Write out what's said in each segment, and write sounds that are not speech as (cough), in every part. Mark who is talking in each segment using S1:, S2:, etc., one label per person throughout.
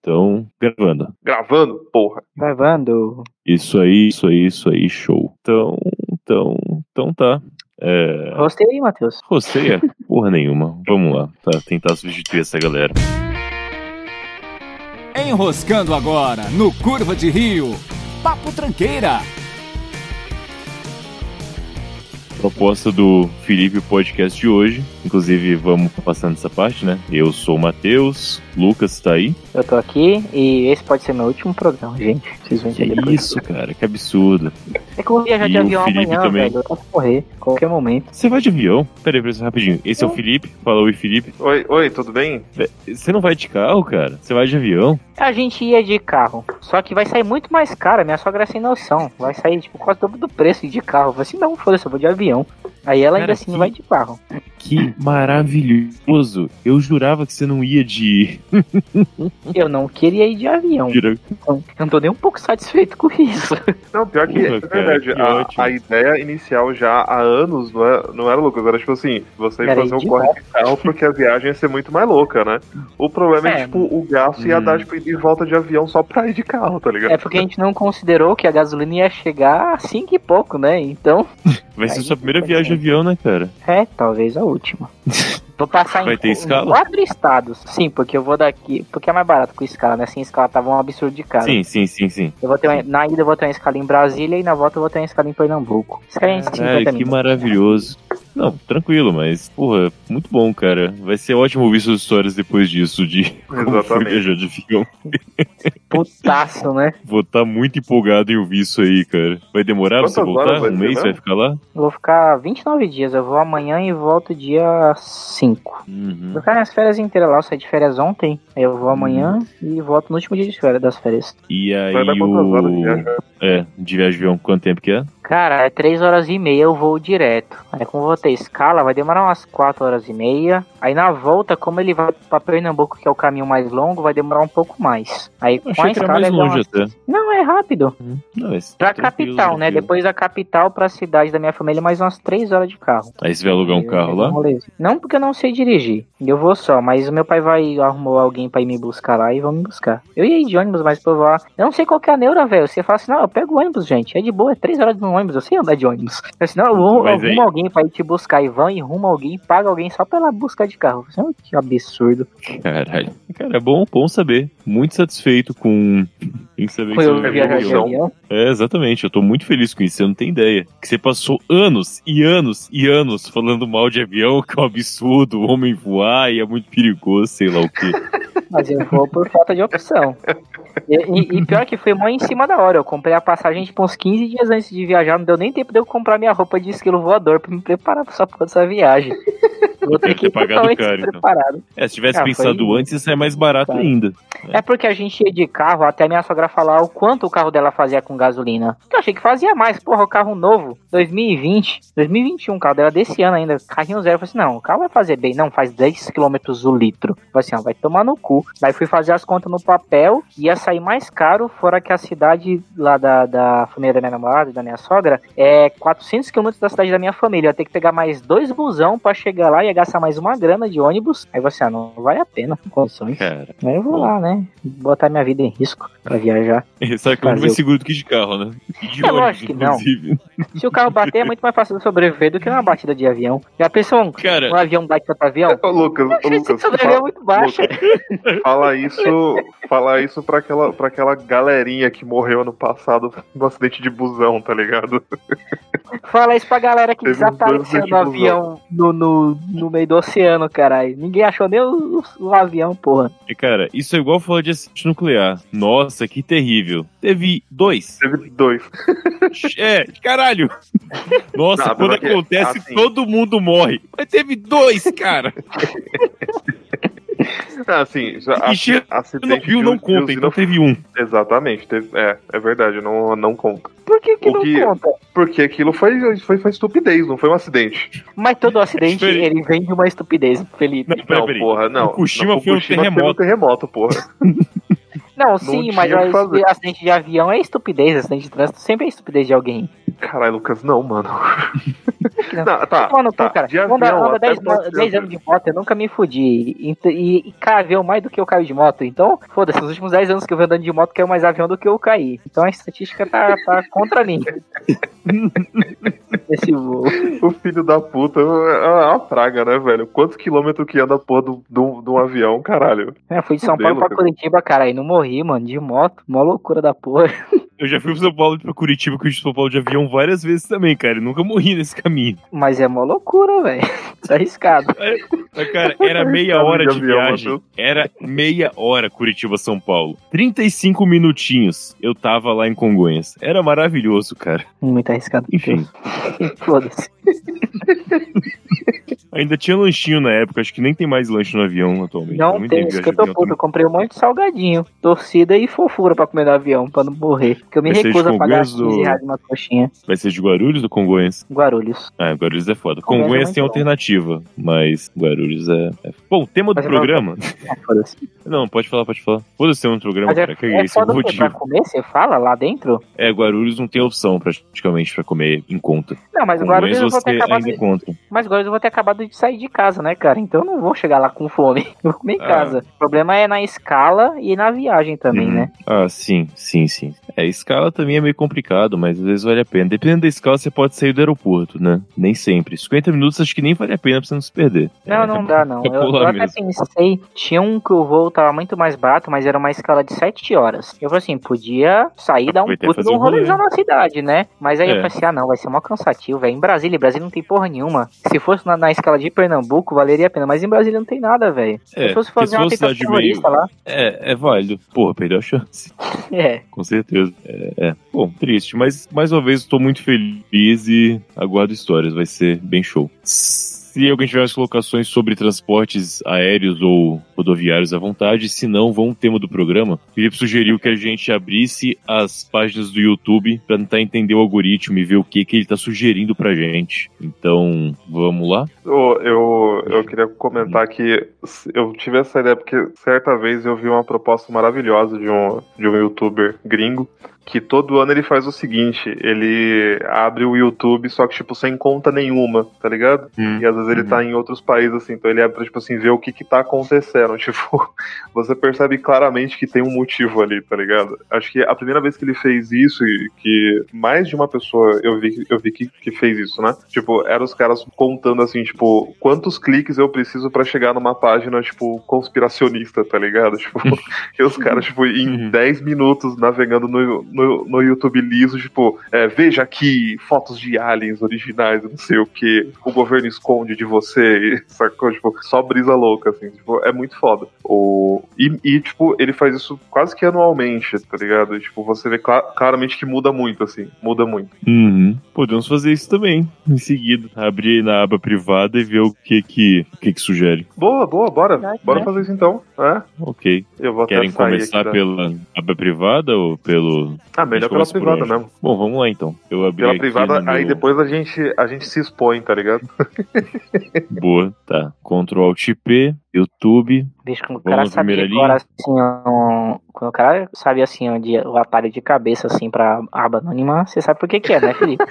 S1: Então, gravando.
S2: Gravando, porra.
S3: Gravando.
S1: Isso aí, isso aí, isso aí, show. Então, então, então tá. É...
S3: Gostei aí, Matheus.
S1: (laughs) Roceia? Porra nenhuma. Vamos lá, tá? Tentar substituir essa galera.
S4: Enroscando agora no Curva de Rio. Papo Tranqueira.
S1: Proposta do Felipe Podcast de hoje. Inclusive, vamos tá passando essa parte, né? Eu sou o Matheus, Lucas tá aí.
S3: Eu tô aqui e esse pode ser meu último programa, gente. Vocês vão
S1: Que
S3: entender por
S1: isso, cara, que absurdo.
S3: É que eu vou viajar de
S1: E o
S3: avião
S1: Felipe
S3: amanhã,
S1: também.
S3: velho. Eu posso correr a qualquer momento.
S1: Você vai de avião? Peraí, peraí, rapidinho. Esse é o Felipe. Fala oi, Felipe.
S2: Oi, oi, tudo bem?
S1: Você não vai de carro, cara? Você vai de avião?
S3: A gente ia de carro. Só que vai sair muito mais caro. Minha sogra é sem noção. Vai sair, tipo, quase o dobro do preço de carro. Eu falei assim, não, foda-se, eu vou de avião. Aí ela ainda
S1: Cara,
S3: assim
S1: que-
S3: vai de carro.
S1: Que maravilhoso. Eu jurava que você não ia de.
S3: Eu não queria ir de avião.
S1: de-
S3: Eu não tô nem um pouco satisfeito com isso.
S2: Não, pior que
S1: Porra,
S2: é verdade.
S1: cara, que
S2: a-
S1: ótimo.
S2: a, ideia inicial já há anos não, é, não era louca. Era tipo assim, você ia
S3: Era
S2: fazer um
S3: idiota.
S2: corre de carro porque a viagem ia ser muito mais louca, né? O problema é,
S3: É.
S2: tipo, o gasto ia
S1: Hum.
S2: dar, tipo, ida e volta de avião só pra ir de carro, tá ligado?
S3: É porque a gente não considerou que a gasolina ia chegar a cinco e pouco, né? Então...
S1: Vai ser
S3: Aí
S1: sua primeira
S3: fica
S1: viagem de avião, né, cara?
S3: É, talvez
S1: (laughs)
S3: a última. Vou passar
S1: Vai
S3: em um
S1: ter escala?
S3: quatro estados. Sim, porque eu vou daqui. Porque é mais barato com escala, né? Sem escala tava um absurdo de caro.
S1: Sim, sim, sim, sim.
S3: Eu vou ter uma- na ida eu vou ter uma escala em Brasília e na volta eu vou ter uma escala em Pernambuco. Isso aí é em 50
S1: Cara, que
S3: minutos.
S1: maravilhoso. Não, tranquilo, mas, porra, muito bom, cara. Vai ser ótimo ouvir suas histórias depois disso, de como foi
S2: Exatamente.
S1: (laughs) viajar de avião.
S3: Putaço, né?
S1: Vou estar muito empolgado em ouvir isso aí, cara. Vai demorar pra você
S2: Quantas horas
S1: voltar?
S2: vai
S1: Um
S2: ser né?
S1: mês?
S2: mesmo?
S1: Vai ficar lá?
S3: Eu vou ficar 29 dias. Eu vou amanhã e volto dia 5.
S1: Uhum.
S3: Vou ficar minhas férias inteiras lá. Eu saí de férias ontem. Eu vou amanhã
S1: Hum.
S3: e volto no último dia de férias das férias.
S1: E aí
S2: Vai dar quantas horas de
S1: o...
S2: viagem?
S1: É, de viagem de avião, quanto tempo que é?
S3: Cara, é 3 horas e meia eu vou direto. Aí como eu vou ter escala, vai demorar umas 4 horas e meia. Aí na volta, como ele vai pra Pernambuco, que é o caminho mais longo, vai demorar um pouco mais. Aí
S1: Eu
S3: com a
S1: achei que era
S3: escala
S1: mais
S3: ele dá
S1: longe
S3: umas-
S1: até.
S3: Não, é rápido.
S1: Não, mas
S3: Pra
S1: tranquilo,
S3: capital, né?
S1: tranquilo.
S3: Depois da capital pra cidade da minha família, mais umas 3 horas de carro.
S1: Aí você vai alugar um
S3: Eu
S1: carro
S3: pego
S1: lá?
S3: um rolezinho. Não porque eu não sei dirigir. Eu vou só, mas o meu pai vai arrumou alguém pra ir me buscar lá e vão me buscar. Eu ia ir de ônibus, mas pra eu voar. Eu não sei qual que é a neura, velho. Você fala assim, não, eu pego ônibus, gente. É de boa, é três horas no ônibus, eu sei andar de ônibus. Eu assim, não, eu vou,
S1: Mas aí-
S3: arrumo alguém pra ir te buscar e vão e rumo alguém e paga alguém só pela busca de carro. Isso é um que absurdo.
S1: Caralho. Cara, é bom, bom saber. Muito satisfeito com... Em saber que
S3: Foi eu
S1: você vai
S3: viajar de
S1: alugar um
S3: avião.
S1: É, exatamente. Eu tô muito feliz com isso. Você não tem ideia. Que você passou anos e anos e anos falando mal de avião, que é um absurdo, o homem voar e é muito perigoso, sei lá o quê.
S3: Mas eu vou um por falta de opção. E, e- e pior que foi mó em cima da hora. Eu comprei a passagem tipo uns 15 dias antes de viajar. Não deu nem tempo de eu comprar minha roupa de esquilo voador pra me preparar pra essa porra dessa viagem. Eu Vou
S1: Deve
S3: ter que
S1: ter
S3: ir
S1: pagado
S3: totalmente
S1: caro, então.
S3: preparado.
S1: É, se tivesse
S3: Ah, foi-
S1: pensado antes, isso é mais barato
S3: Tá.
S1: ainda.
S3: É porque a gente ia de carro até minha sogra falar o quanto o carro dela fazia com gasolina. Eu achei que fazia mais. Porra, o carro novo, 2020, 2021, o carro dela é desse ano ainda. Carrinho zero. Eu falei assim: não, o carro vai fazer bem. Não, faz 10 km o litro. Eu falei assim: ó, vai tomar no cu. Daí fui fazer as contas no papel, ia sair mais caro, fora que a cidade lá da, da família da minha namorada e da minha sogra é 400 km da cidade da minha família. Eu ia ter que pegar mais dois busão pra chegar lá e gastar mais uma grana de ônibus. Aí você, ah, não vale a pena, condições.
S1: Cara, (laughs)
S3: Aí eu vou
S1: Bom.
S3: lá, né? Botar minha vida em risco pra viajar.
S1: sabe que é muito mais
S3: Fazer o-
S1: seguro do que de carro, né? E de
S3: É,
S1: ônibus,
S3: lógico que não.
S1: inclusive. (laughs)
S3: Se o carro bater, é muito mais fácil de sobreviver do que numa batida de avião. Já pensou um,
S1: Cara,
S2: É.
S3: um avião bate contra avião?
S2: Ô, (laughs) Lucas,
S3: A
S2: ô,
S3: chance de
S2: Lucas,
S3: sobreviver é
S2: fala,
S3: muito baixa.
S2: fala isso, fala isso pra, aquela, pra aquela galerinha que morreu ano passado no acidente de busão, tá ligado?
S3: Fala isso pra galera que
S2: Teve um uns dois
S3: desapareceu do
S2: ônibus,
S3: avião no, no, no meio do oceano, caralho. Ninguém achou nem o, o- o avião, porra.
S1: e cara, isso é igual falar de acidente nuclear. Nossa, que terrível. Teve dois.
S2: Teve dois.
S1: É, caralho. Nossa,
S2: Não,
S1: quando
S2: porque,
S1: acontece,
S2: assim-
S1: todo mundo morre. Mas teve dois,
S2: (laughs)
S1: cara.
S2: Ah, assim, já-
S1: E che- Eu não
S2: acidente
S1: vi,
S2: de
S1: não
S2: u- de
S1: conta,
S2: usina
S1: então teve um.
S2: Exatamente, teve- é, é verdade, não, não conta.
S3: Por que que
S2: O
S3: não
S2: que-
S3: conta?
S2: Porque aquilo foi, foi, foi estupidez, não foi um acidente.
S3: Mas
S2: é
S3: todo acidente,
S1: Diferente.
S3: ele vem de uma estupidez, Felipe.
S1: Não, peraí,
S2: não,
S1: peraí.
S2: porra, não.
S1: Fukushima
S2: Não,
S1: foi um
S2: Fukushima
S1: terremoto.
S2: Teve um terremoto, porra.
S3: Não, sim,
S2: tinha
S3: mas
S2: o que fazer.
S3: esse acidente de avião é estupidez. Acidente de trânsito sempre é estupidez de alguém.
S2: Caralho, Lucas, não, mano.
S3: criança.
S2: Não, tá,
S3: Mano,
S2: tá.
S3: cara,
S2: De
S3: quando eu
S2: avião,
S3: ando
S2: até
S3: 10,
S2: pode ser
S3: anos de moto, eu nunca me fudi. E, e, e caveu mais do que eu caí de moto. Então, foda-se, nos últimos 10 anos que eu venho andando de moto, caiu mais avião do que eu caí. Então a estatística tá, tá
S2: (laughs)
S3: contra mim. Esse voo.
S2: O filho da puta é uma praga, né, velho? Quantos quilômetros que anda a porra do- do- de um avião, caralho?
S3: Eu É, fui de São
S2: Fudeu,
S3: Paulo pra
S2: cara.
S3: Curitiba, cara, e não morri, mano, de moto. Mó loucura da porra.
S1: Eu já fui pro São Paulo e pra Curitiba com o São Paulo de avião várias vezes também, cara. E nunca morri nesse caminho.
S3: Mas é mó loucura, velho. (laughs) Isso é arriscado.
S1: Mas, cara,
S2: (laughs)
S1: era meia
S2: Cara,
S1: hora
S2: de
S1: de
S2: avião,
S1: viagem.
S2: Matheus.
S1: Era meia hora Curitiba-São Paulo. 35 minutinhos eu tava lá em Congonhas. Era maravilhoso, cara.
S3: Muito arriscado.
S2: (laughs)
S1: Enfim.
S3: (laughs) Foda-se.
S1: Ainda tinha lanchinho na época, acho que nem tem mais lanche no avião atualmente. Eu
S3: Não
S1: nem
S3: tem
S1: tenho
S3: isso
S1: viagem
S3: que eu
S1: de
S3: tô
S1: avião
S3: puto. Eu comprei um monte de salgadinho, torcida e fofura pra comer no avião, pra não morrer. Porque eu me
S1: Vai ser de
S3: recuso a pagar
S1: Congonhas
S3: 15
S1: ou-
S3: reais uma coxinha.
S1: também. Vai ser de Guarulhos ou Congonhas?
S3: Guarulhos.
S1: Ah, Guarulhos é foda.
S3: Congonhas é
S1: Congonhas
S3: muito
S1: tem
S3: bom.
S1: alternativa, mas Guarulhos é. é... Bom, o tema do
S3: Mas é
S1: programa.
S3: Ah, foda-se.
S1: Não, pode falar, pode falar. Foda-se ser um programa,
S3: Mas é,
S1: cara. Que é
S3: é
S1: isso? Eu
S3: foda
S1: vou
S3: o quê? Pra
S1: de-
S3: comer, você fala lá dentro?
S1: É, Guarulhos não tem opção praticamente pra comer em conta.
S3: Não, mas
S1: Congonhas
S3: Guarulhos eu vou
S1: você
S3: ter acabado
S1: ainda
S3: de...
S1: encontra.
S3: Mas Guarulhos eu vou ter acabado de sair de casa, né, cara? Então eu não vou chegar lá com fome. (laughs) Eu vou comer em
S1: Ah.
S3: casa. O problema é na escala e na viagem também,
S1: Uhum.
S3: né?
S1: Ah, sim, sim, sim. É, escala também é meio complicado, mas às vezes vale a pena. Dependendo da escala, você pode sair do aeroporto, né? Nem sempre. 50 minutos acho que nem vale a pena pra você não se perder.
S3: Não,
S1: É,
S3: não
S1: tá-
S3: dá, não.
S1: fica
S3: Eu,
S1: por lá
S3: eu até
S1: mesmo.
S3: pensei, tinha um que o voo tava muito mais barato, mas era uma escala de 7 horas. Eu falei assim, podia sair, dar um
S1: Aproveitar e
S3: puto
S1: fazer
S3: de um
S1: um rolê.
S3: rolezão na cidade, né? Mas aí eu
S1: É.
S3: falei assim, ah não, vai ser mó cansativo, velho. Em Brasília, em Brasília não tem porra nenhuma. Se fosse na, na escala de Pernambuco, valeria a pena, mas em Brasília não tem nada, velho.
S1: É,
S3: Se fosse
S1: porque
S3: fazer
S1: se
S3: uma
S1: fosse
S3: tentativa
S1: cidade de meio,
S3: terrorista lá, (laughs)
S1: é, é válido. Porra, perdeu a chance.
S3: é.
S1: Com certeza. É, é. Bom, triste, mas mais uma vez estou muito feliz e aguardo histórias. Vai ser bem show. Se alguém tiver as colocações sobre transportes aéreos ou rodoviários à vontade, se não, vão um tema do programa. Felipe sugeriu que a gente abrisse as páginas do YouTube para tentar entender o algoritmo e ver o que, que ele está sugerindo pra gente. Então, vamos lá?
S2: Ô, Eu, eu queria comentar que se- eu tive essa ideia porque certa vez eu vi uma proposta maravilhosa de um, de um youtuber gringo que todo ano ele faz o seguinte, ele abre o YouTube só que tipo sem conta nenhuma, tá ligado?
S1: Hum.
S2: E às vezes ele
S1: Uhum.
S2: tá em outros países assim, então ele abre pra, tipo assim ver o que que tá acontecendo, (laughs) tipo, você percebe claramente que tem um motivo ali, tá ligado? Acho que a primeira vez que ele fez isso e que mais de uma pessoa eu vi, eu vi que, que fez isso, né? Tipo, eram os caras contando assim, tipo, quantos cliques eu preciso pra chegar numa página, tipo, conspiracionista, tá ligado? (laughs) Tipo, e os caras, tipo, em
S1: Uhum.
S2: 10 minutos navegando no, no, no YouTube liso, tipo, é, veja aqui fotos de aliens originais, não sei o que, o governo esconde de você, (laughs) e sacou? Tipo, só brisa louca, assim, tipo, é muito foda. O, e, e, tipo, ele faz isso quase que anualmente, tá ligado? E, tipo, você vê cla- claramente que muda muito, assim, muda muito.
S1: Uhum. Podemos fazer isso também. Em seguida, abrir na aba privada e ver o que que, o que, que sugere.
S2: Boa, boa, bora,
S3: Verdade,
S2: bora
S3: né?
S2: fazer isso então, é?
S1: Ok.
S2: Eu vou até
S1: Querem
S2: sair
S1: começar
S2: aqui da-
S1: pela aba privada ou pelo.
S2: Ah, melhor
S1: gente
S2: pela
S1: começa por
S2: privada
S1: onde?
S2: mesmo.
S1: Bom, vamos lá então. Eu abri
S2: Pela
S1: aqui
S2: privada,
S1: no
S2: aí
S1: meu-
S2: depois a gente, a gente se expõe, tá ligado?
S1: Boa, tá. Ctrl Alt P, YouTube.
S3: Bicho, quando o
S1: Vamos
S3: cara
S1: na primeira
S3: sabia
S1: linha?
S3: agora assim, ó, quando o cara sabe assim, ó, de- o atalho de cabeça assim pra aba anônima, você sabe por que que é,
S1: (laughs)
S3: né, Felipe?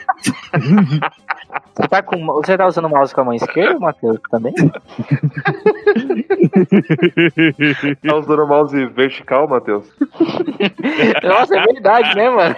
S3: você, tá com, você tá usando o mouse com a mão esquerda, Matheus, também?
S2: Tá usando o mouse vertical, Matheus?
S3: Nossa, é verdade, né, mano?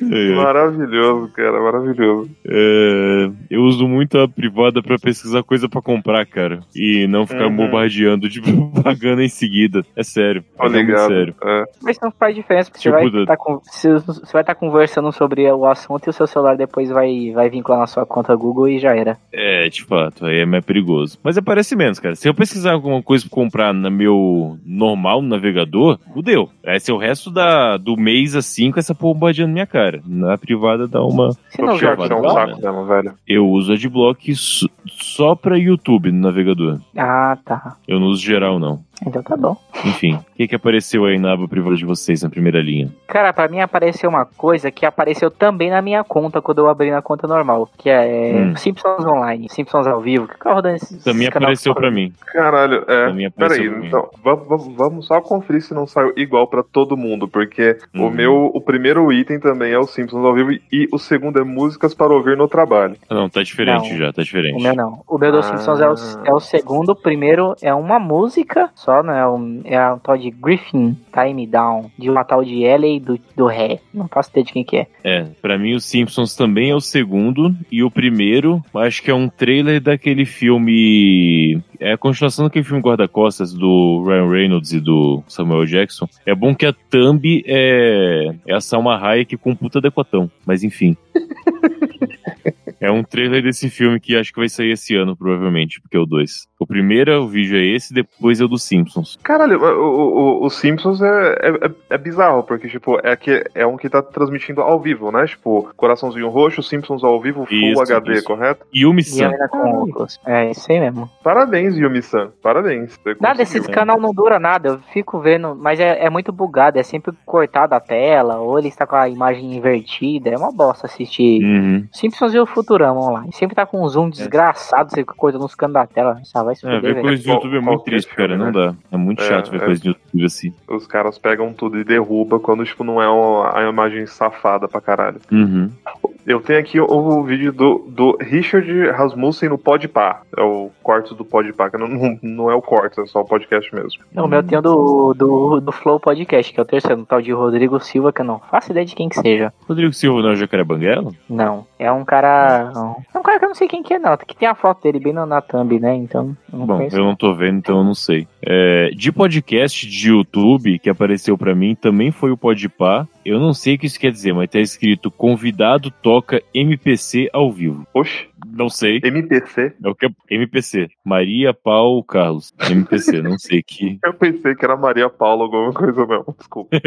S1: É,
S2: Maravilhoso, cara, maravilhoso.
S1: é, eu uso muito a privada pra pesquisar coisa pra comprar, cara. E não ficar
S2: Uhum.
S1: bombardeando de (laughs) propaganda em seguida. É sério.
S2: Tô
S1: é muito
S2: ligado.
S1: sério.
S2: É.
S3: Mas não faz diferença, porque
S1: Tipo
S3: você vai tá
S1: do-
S3: estar tá conversando sobre o assunto e o seu celular depois vai, vai vincular na sua conta Google e já era.
S1: É, de fato, aí é mais perigoso. Mas aparece menos, cara. Se eu pesquisar alguma coisa pra comprar no meu normal navegador, fudeu. Aí se o resto da, do mês assim com essa porra bombardeando minha cara. Na privada dá uma.
S3: Você não
S2: O
S1: já
S3: usa
S2: Shark
S1: vai
S2: é um
S1: igual,
S2: saco
S1: né?
S2: mesmo, velho.
S1: Eu uso Adblock so- só pra YouTube no navegador.
S3: Ah, tá.
S1: Eu não uso geral, não.
S3: Então tá bom.
S1: Enfim, o que, que apareceu aí na aba privada de vocês na primeira linha?
S3: Cara, pra mim apareceu uma coisa que apareceu também na minha conta quando eu abri na conta normal, que é
S1: Hum.
S3: Simpsons Online, Simpsons ao vivo, que fica rodando esses
S1: Também
S3: canal-
S1: apareceu pra mim.
S2: Caralho, é.
S1: Também apareceu
S2: Peraí,
S1: pra mim.
S2: então, vamos, vamos- vamos só conferir se não saiu igual pra todo mundo, porque o
S1: Uhum.
S2: meu, o primeiro item também é o Simpsons ao vivo e o segundo é músicas para ouvir no trabalho.
S1: Ah, Não, tá diferente
S3: Não.
S1: já, tá diferente.
S3: O meu não. O meu dos
S2: Ah.
S3: Simpsons é o, é o segundo. O primeiro é uma música só, não é um, é um tal de Griffin Time Down, de uma tal de Ellie do, do Ré. Não faço ideia de quem que é.
S1: É, pra mim o Simpsons também é o segundo. E o primeiro, acho que é um trailer daquele filme. É a continuação daquele filme Guarda-Costas do Ryan Reynolds e do Samuel Jackson. É bom que a Thumb é, é a Salma Hayek com puta decotão, mas enfim. (laughs) É um trailer desse filme que acho que vai sair esse ano, provavelmente, porque é o 2. O primeiro o vídeo é esse, depois é o do Simpsons.
S2: Caralho, o, o- o Simpsons é, é, é bizarro, porque, tipo, é, que, é um que tá transmitindo ao vivo, né? Tipo, coraçãozinho roxo, Simpsons ao vivo, Full
S1: Isso,
S2: HD,
S1: isso.
S2: correto?
S1: E o
S3: E a
S1: Missan.
S3: menina com óculos. É, isso aí mesmo.
S2: Parabéns, Yumi-san, parabéns. Você
S3: Nada, é
S2: conseguiu.
S3: esse canal não dura nada, eu fico vendo, mas é, é muito bugado, é sempre cortado a tela, ou ele está com a imagem invertida, é uma bosta assistir.
S1: Uhum.
S3: Simpsons e o Futurama online. Sempre tá com um zoom desgraçado, você fica cortando os cantos da tela. Só vai se
S1: É,
S3: fuder,
S1: ver
S3: velho.
S1: coisa de
S2: né? Qual-
S1: YouTube é muito
S2: qualquer
S1: triste, cara.
S2: filme,
S1: Não
S2: né?
S1: dá. É muito
S2: É,
S1: chato ver
S2: é.
S1: coisa de YouTube assim.
S2: Os caras pegam tudo e derrubam quando, tipo, não é uma, a imagem safada pra caralho.
S1: Uhum.
S2: Eu tenho aqui o, o vídeo do, do Richard Rasmussen no Podpah. É o corte do Podpah, que não, não, não é o corte, é só o podcast mesmo.
S3: Não, o meu tem o do, do, do Flow Podcast, que é o terceiro, um tal de Rodrigo Silva, que eu não faço ideia de quem que seja.
S1: Rodrigo Silva não é o Jacaré Banguela?
S3: Não. É um cara. É um cara que eu não sei quem que é, não. Que tem a foto dele bem na, na thumb, né? Então, eu não
S1: Bom,
S3: conheço.
S1: eu não tô vendo, então eu não sei. É, de podcast de YouTube que apareceu pra mim também foi o Podpah. Eu não sei o que isso quer dizer, mas tá escrito convidado toca MPC ao vivo.
S2: Oxi,
S1: Não sei.
S2: MPC?
S1: É o que é MPC. Maria, Paulo, Carlos.
S3: (laughs)
S1: MPC, não sei que
S2: Eu pensei que era Maria Paula alguma coisa mesmo, desculpa.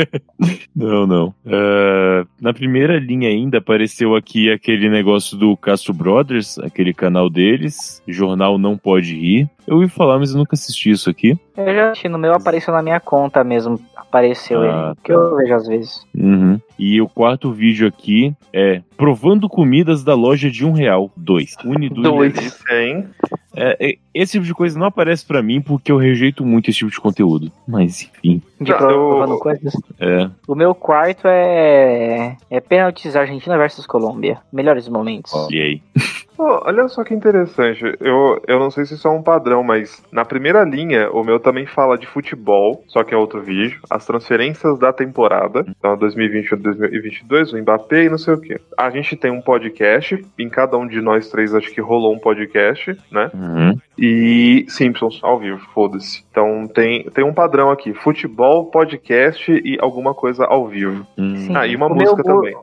S1: Não, não. Ah, na primeira linha ainda apareceu aqui aquele negócio do Castro Brothers, aquele canal deles, Jornal Não Pode Rir. Eu ouvi falar, mas eu nunca assisti isso aqui.
S3: Eu já assisti no meu, apareceu na minha conta mesmo. Apareceu
S1: Ah,
S3: ele. Que eu vejo às vezes.
S1: Uhum. E o quarto vídeo aqui é Provando Comidas da Loja de Um Real. Dois. (laughs) Unidu Dois.
S3: Dois.
S2: Delícia, hein?
S1: esse tipo de coisa não aparece pra mim porque eu rejeito muito esse tipo de conteúdo. Mas enfim.
S3: De
S2: Ah,
S3: provando
S2: eu-
S3: coisas.
S1: É.
S3: O meu quarto é. É pênaltis Argentina versus Colômbia. Melhores momentos.
S1: E aí?
S2: Pô, olha só que interessante. Eu, eu não sei se isso é um padrão, mas na primeira linha, o meu também fala de futebol, só que é outro vídeo. As transferências da temporada, então 2020 e 2022, o Mbappé e não sei o quê. A gente tem um podcast, em cada um de nós três acho que rolou um podcast, né?
S1: Uhum.
S2: E Simpsons, ao vivo, foda-se. Então tem, tem um padrão aqui: futebol, podcast e alguma coisa ao vivo.
S1: Hum.
S3: Sim.
S2: Ah, e uma
S3: O meu
S2: música
S3: go-
S2: também.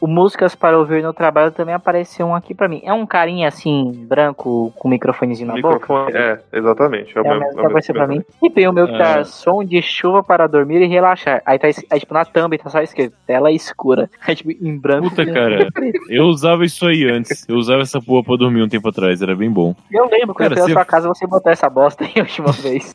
S3: O Músicas para Ouvir no Trabalho também apareceu um aqui pra mim. É um carinha assim, branco, com um microfonezinho na boca.
S2: Microfone, é, exatamente. É, o
S3: É,
S2: mesmo-
S3: mas
S2: é o
S3: vai ser
S2: mesmo
S3: pra mim. E tem o meu que tá
S1: É.
S3: som de chuva para dormir e relaxar. Aí tá, es- aí, tipo, na thumb, tá só escrito, tela escura. (laughs) Aí, tipo, em branco.
S1: Puta, cara. Eu usava isso aí antes. Eu usava essa porra pra dormir um tempo atrás. Era bem bom.
S3: Eu lembro quando
S1: Cara,
S3: eu fui
S1: você-
S3: na sua casa, você botou essa bosta aí a
S1: (laughs)
S3: última vez.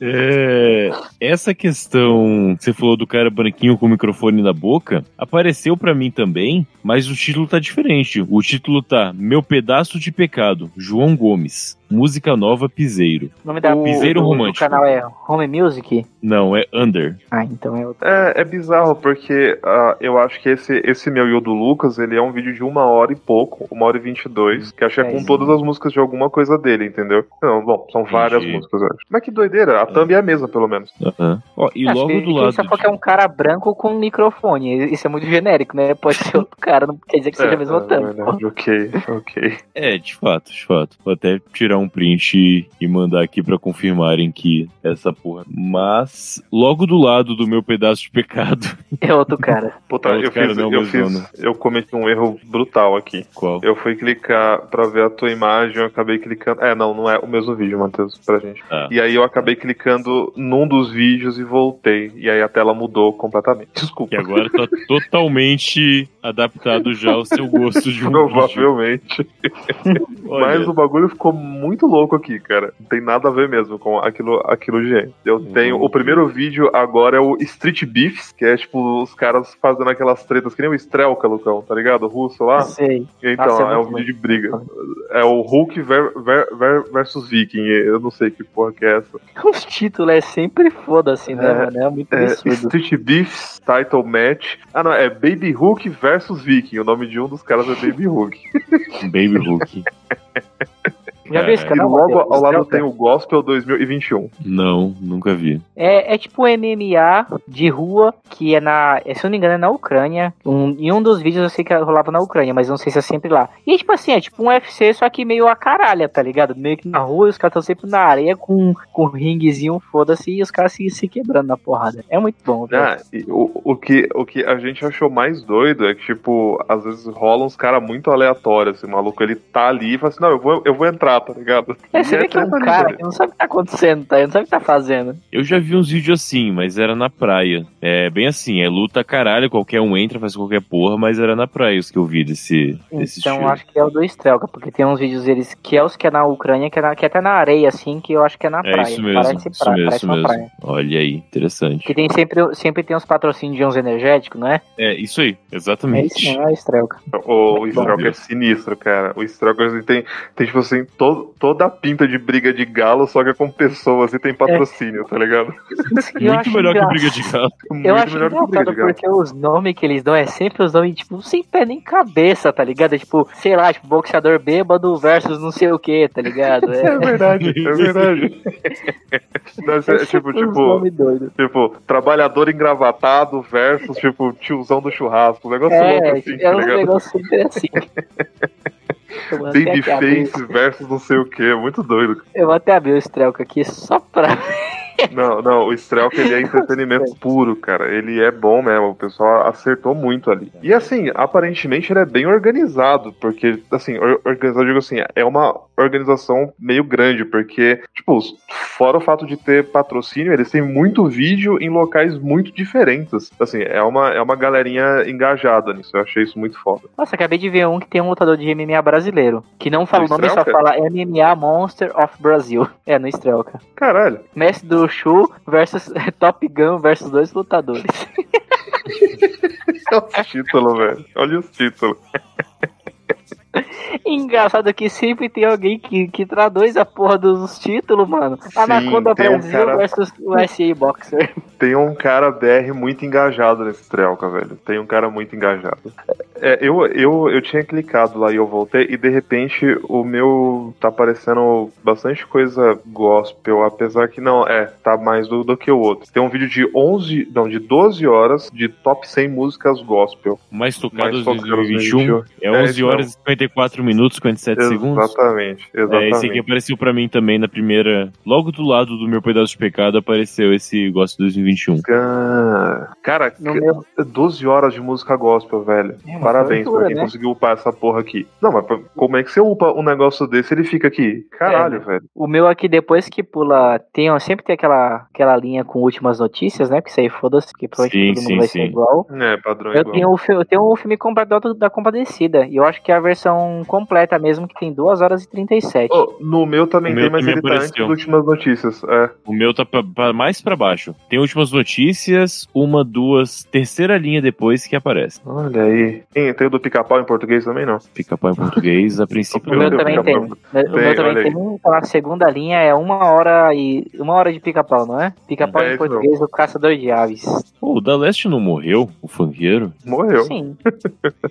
S1: É, essa questão que você falou do cara branquinho com o microfone na boca apareceu pra mim também, mas o título tá diferente. O título tá Meu Pedaço de Pecado, João Gomes, música nova Piseiro.
S3: O nome da
S2: O
S1: Piseiro
S3: do- do
S1: Romântico.
S3: canal é Home Music.
S1: Não, é Under.
S3: Ah, então é outro.
S2: É, é bizarro, porque ah, eu acho que esse, esse meu e o do Lucas, ele é um vídeo de uma hora e pouco, uma hora e vinte e dois, que acho que é
S3: É,
S2: com
S3: sim.
S2: todas as músicas de alguma coisa dele, entendeu? Não, bom, são várias
S1: Entendi.
S2: músicas, eu acho. Mas que doideira, a thumb é a mesma, pelo menos.
S1: Aham. Ó, e
S3: Acho
S1: logo
S3: que-
S1: do
S3: que
S1: lado.
S3: Só falou que é um cara branco com um microfone. Isso é muito genérico, né?
S1: (laughs)
S3: Pode ser outro cara, não quer dizer que seja
S2: é,
S3: a mesma
S2: é
S3: thumb. pô.
S2: verdade, ok, ok.
S1: É, de fato, de fato. Vou até tirar um print e- e mandar aqui pra confirmarem que essa porra. Mas logo do lado do meu pedaço de pecado (laughs)
S3: É outro cara.
S2: Puta,
S1: É outro
S2: eu,
S1: cara,
S2: fiz,
S1: não é o
S2: eu,
S1: mesmo,
S2: fiz-
S1: né?
S2: eu cometi um erro brutal aqui.
S1: Qual?
S2: Eu fui clicar pra ver a tua imagem, eu acabei clicando. É, não, não é o mesmo vídeo, Matheus, pra gente.
S1: Ah.
S2: E aí eu acabei clicando num dos vídeos e voltei. E aí a tela mudou completamente. (laughs) Desculpa.
S1: Que agora tá totalmente adaptado já ao seu gosto de um vídeo.
S2: (laughs) Provavelmente.
S1: Olha,
S2: Mas o bagulho ficou muito louco aqui, cara. Não tem nada a ver mesmo com aquilo, aquilo gente. Eu
S1: Uhum.
S2: tenho. O primeiro vídeo agora é o Street Beefs, que é tipo os caras fazendo aquelas tretas, que nem o Strelka, Lucão, tá ligado? O russo
S1: Ah.
S2: lá.
S3: Sei. (laughs)
S2: Então,
S3: Nossa, é
S2: é um
S3: muito
S2: vídeo de briga. É o Hulk ver, ver- ver- versus Viking. Eu não sei que porra que é essa.
S3: Os títulos é sempre foda-se, né,
S2: É,
S3: mano? É muito
S2: É,
S3: absurdo.
S2: Street Beefs Title Match. Ah, não, é Baby Hulk versus Viking. O nome de um dos caras é Baby Hulk. um
S1: Um Baby Hulk.
S3: Já viu esse
S1: É,
S2: E
S3: canal?
S2: logo
S3: Matheus?
S2: ao lado
S3: Strelka?
S2: tem o Gospel 2021.
S1: Não, nunca vi.
S3: É, é tipo MMA de rua, que é na. Se eu não me engano, é na Ucrânia. Um, em um dos vídeos eu sei que rolava na Ucrânia, mas não sei se é sempre lá. E tipo assim, é tipo um UFC, só que meio a caralha, tá ligado? Meio que na rua e os caras estão sempre na areia com, com um ringuezinho, foda-se, e os caras se, se quebrando na porrada. É muito bom, velho.
S2: Ah, e o, o que, o que a gente achou mais doido é que, tipo, às vezes rola uns caras muito aleatórios. Assim, o maluco ele tá ali e fala assim: não, eu vou, eu vou entrar, tá ligado?
S3: É, (laughs) você
S2: E
S3: vê que é um
S2: treta
S3: cara
S2: livre.
S3: que não sabe o que tá acontecendo, tá? Ele não sabe o que tá fazendo.
S1: Eu já vi uns vídeos assim, mas era na praia. É bem assim, é luta caralho, qualquer um entra, faz qualquer porra, mas era na praia os que eu vi desse, desse
S3: Então
S1: estilo.
S3: acho que é o do Strelka, porque tem uns vídeos deles que é os que é na Ucrânia, que é, na- que é até na areia, assim, que eu acho que é na
S1: É
S3: praia.
S1: isso mesmo,
S3: parece
S1: isso
S3: praia,
S1: mesmo,
S3: parece
S1: isso
S3: uma
S1: mesmo.
S3: praia.
S1: Olha aí, interessante.
S3: Que tem sempre, sempre tem uns patrocínios de uns energéticos, não é?
S1: É, isso aí,
S3: É isso
S1: exatamente.
S3: mesmo, é
S2: (laughs)
S3: a Strelka.
S2: O, o
S1: Muito bom,
S2: Stroker
S1: viu?
S2: é sinistro, cara. O Stroker assim, tem, tem, tipo assim, to- toda a pinta de briga de galo, só que é com pessoas e tem patrocínio, tá ligado?
S1: Muito melhor que briga de galo.
S2: Muito
S3: Eu acho
S2: melhor que briga
S3: engraçado
S2: de galo.
S3: porque os nomes que eles dão é sempre os nomes, tipo, sem pé nem cabeça, tá ligado? É tipo, sei lá, tipo, boxeador bêbado versus não sei o que, tá ligado?
S2: (laughs) É
S3: É,
S2: verdade, é
S3: (laughs)
S2: verdade. Não, isso é
S3: é
S2: tipo,
S3: sempre uns
S2: tipo,
S3: nome doido.
S2: tipo, trabalhador engravatado versus, tipo, tiozão do churrasco. Um negócio louco
S3: É,
S2: assim, tá
S3: é um
S2: ligado?
S3: negócio sempre
S2: (laughs)
S3: assim. Eu vou até abrir-
S2: Babyface versus não sei o que, muito doido.
S3: Eu vou até abrir o Strelka aqui só pra.
S2: Não, não, o Strelk ele é entretenimento puro, cara. Ele é bom mesmo, o pessoal acertou muito ali. E assim, aparentemente ele é bem organizado, porque, assim, or- organizado, eu digo assim, é uma organização meio grande, porque, tipo, fora o fato de ter patrocínio, eles têm muito vídeo em locais muito diferentes. Assim, é uma, é uma galerinha engajada nisso, eu achei isso muito foda.
S3: Nossa, acabei de ver um que tem um lutador de MMA brasileiro. Que não fala o
S2: No
S3: nome, só
S2: Strelka?
S3: fala MMA Monster of Brazil. (laughs) É, no Strelka.
S2: Caralho, (laughs)
S3: Mestre do Shu versus (laughs) Top Gun versus dois lutadores. (laughs)
S2: olha os títulos, velho. Olha os títulos.
S3: Engraçado que sempre tem alguém que, que traduz a porra dos títulos, mano.
S2: Sim,
S3: Anaconda
S2: tem um
S3: Brasil
S2: cara-
S3: versus
S2: (laughs)
S3: USA Boxer.
S2: Tem um cara BR muito engajado nesse Trelka, velho. Tem um cara muito engajado. É, eu, eu, eu tinha clicado lá e eu voltei, e de repente o meu tá aparecendo bastante coisa gospel, apesar que não, é, tá mais do, do que o outro. Tem um vídeo de 11, não, de 12 horas de top 100 músicas gospel.
S1: Mais tocadas
S2: Mais
S1: de
S2: tocadas
S1: 2021. É
S2: É,
S1: 11
S2: isso
S1: horas e 54 minutos, 57 segundos.
S2: Exatamente,
S1: É, esse aqui
S2: exatamente.
S1: apareceu pra mim também na primeira. Logo do lado do meu pedaço de pecado apareceu esse Gosto 2021.
S2: Ah,
S1: é
S2: Cara,
S3: No meu.
S2: 12 horas de música gospel, velho.
S3: É uma
S2: Parabéns
S3: aventura,
S2: pra quem
S3: né?
S2: conseguiu upar essa porra aqui. Não, mas pra- como é que você upa um negócio desse ele fica aqui? Caralho,
S3: É, né?
S2: velho.
S3: O meu aqui, depois que pula, tem, ó, sempre tem aquela, aquela linha com últimas notícias, né? Que isso aí foda-se, que
S1: Sim,
S3: provavelmente todo mundo
S1: sim,
S3: vai
S1: sim.
S3: ser igual.
S2: É, padrão
S3: Eu
S2: igual.
S3: tenho, o fi- eu tenho o filme completo da- da Compadecida. E eu acho que é a versão completa mesmo, que tem 2 horas e 37.
S2: Ô, no meu também
S1: O
S2: tem,
S1: meu
S2: mas
S1: também
S2: ele tá antes
S1: apareceu.
S2: das últimas notícias. É.
S1: O meu tá pra, pra- mais pra baixo. Tem últimas notícias, uma, duas, terceira linha depois que aparece.
S2: Olha aí. Tem, tem o do pica-pau em português também, não?
S1: Fica pau em português, a princípio.
S3: O
S1: não.
S3: meu
S2: Deus,
S3: também
S2: Pica-Pau.
S3: tem. O meu também
S2: olha aí.
S3: tem. um, tá na segunda linha é uma hora e. Uma hora de pica-pau, não é? Pica-pau
S2: É
S3: em
S2: isso mesmo.
S3: português, o caçador de aves.
S1: Pô, o da Leste não morreu, o funkeiro?
S2: Morreu.
S3: Sim.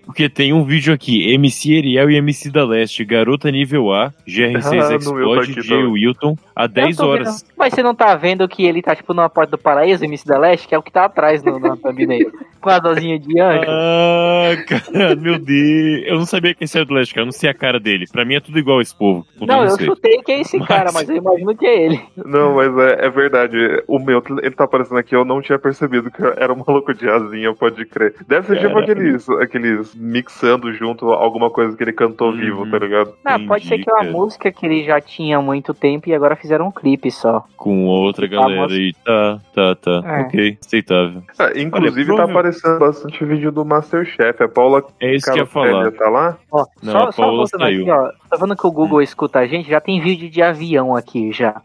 S1: Porque tem um vídeo aqui, MC Ariel e MC da Leste, Garota Nível A, GR6
S2: Ah, no meu tá
S1: Explode,
S2: aqui
S1: J.
S2: também.
S1: Wilton, há 10
S3: Eu tô
S1: horas.
S3: vendo. Mas você não tá vendo que ele tá tipo numa porta do paraíso? preso em Missy da Leste, que é o que tá atrás no, no thumbnail. (laughs) Com a dozinha de anjo.
S1: Ah, cara, meu Deus. Eu não sabia quem era do Leste, cara. Eu não sei a cara dele. Pra mim é tudo igual esse povo. com todo
S3: Não, eu
S1: respeito.
S3: chutei que é esse
S1: Mas-
S3: cara, mas eu imagino que é ele.
S2: Não, mas é, é verdade. O meu, ele tá aparecendo aqui, eu não tinha percebido que era um (laughs) maluco de asinha, pode crer. Deve ser tipo
S1: Caralho.
S2: aqueles, aqueles mixando junto alguma coisa que ele cantou
S1: Uhum.
S2: vivo, tá ligado?
S3: Ah, pode ser
S1: Entendi,
S3: que é uma
S1: cara.
S3: música que ele já tinha há muito tempo e agora fizeram um clipe só.
S1: Com outra galera aí. Tá, tá, tá.
S3: Ah, É.
S1: Ok, aceitável.
S2: Ah, inclusive
S1: Olha,
S2: tá
S1: prova-
S2: aparecendo bastante vídeo do Masterchef. A Paula
S1: É isso que eu ia falar.
S2: Carapelli tá lá?
S3: Ó,
S1: Não,
S3: só,
S1: a
S3: só
S1: Paola
S3: voltando aqui,
S1: saiu.
S3: ó. Tá vendo que o Google escuta a gente? Já tem vídeo de avião aqui já.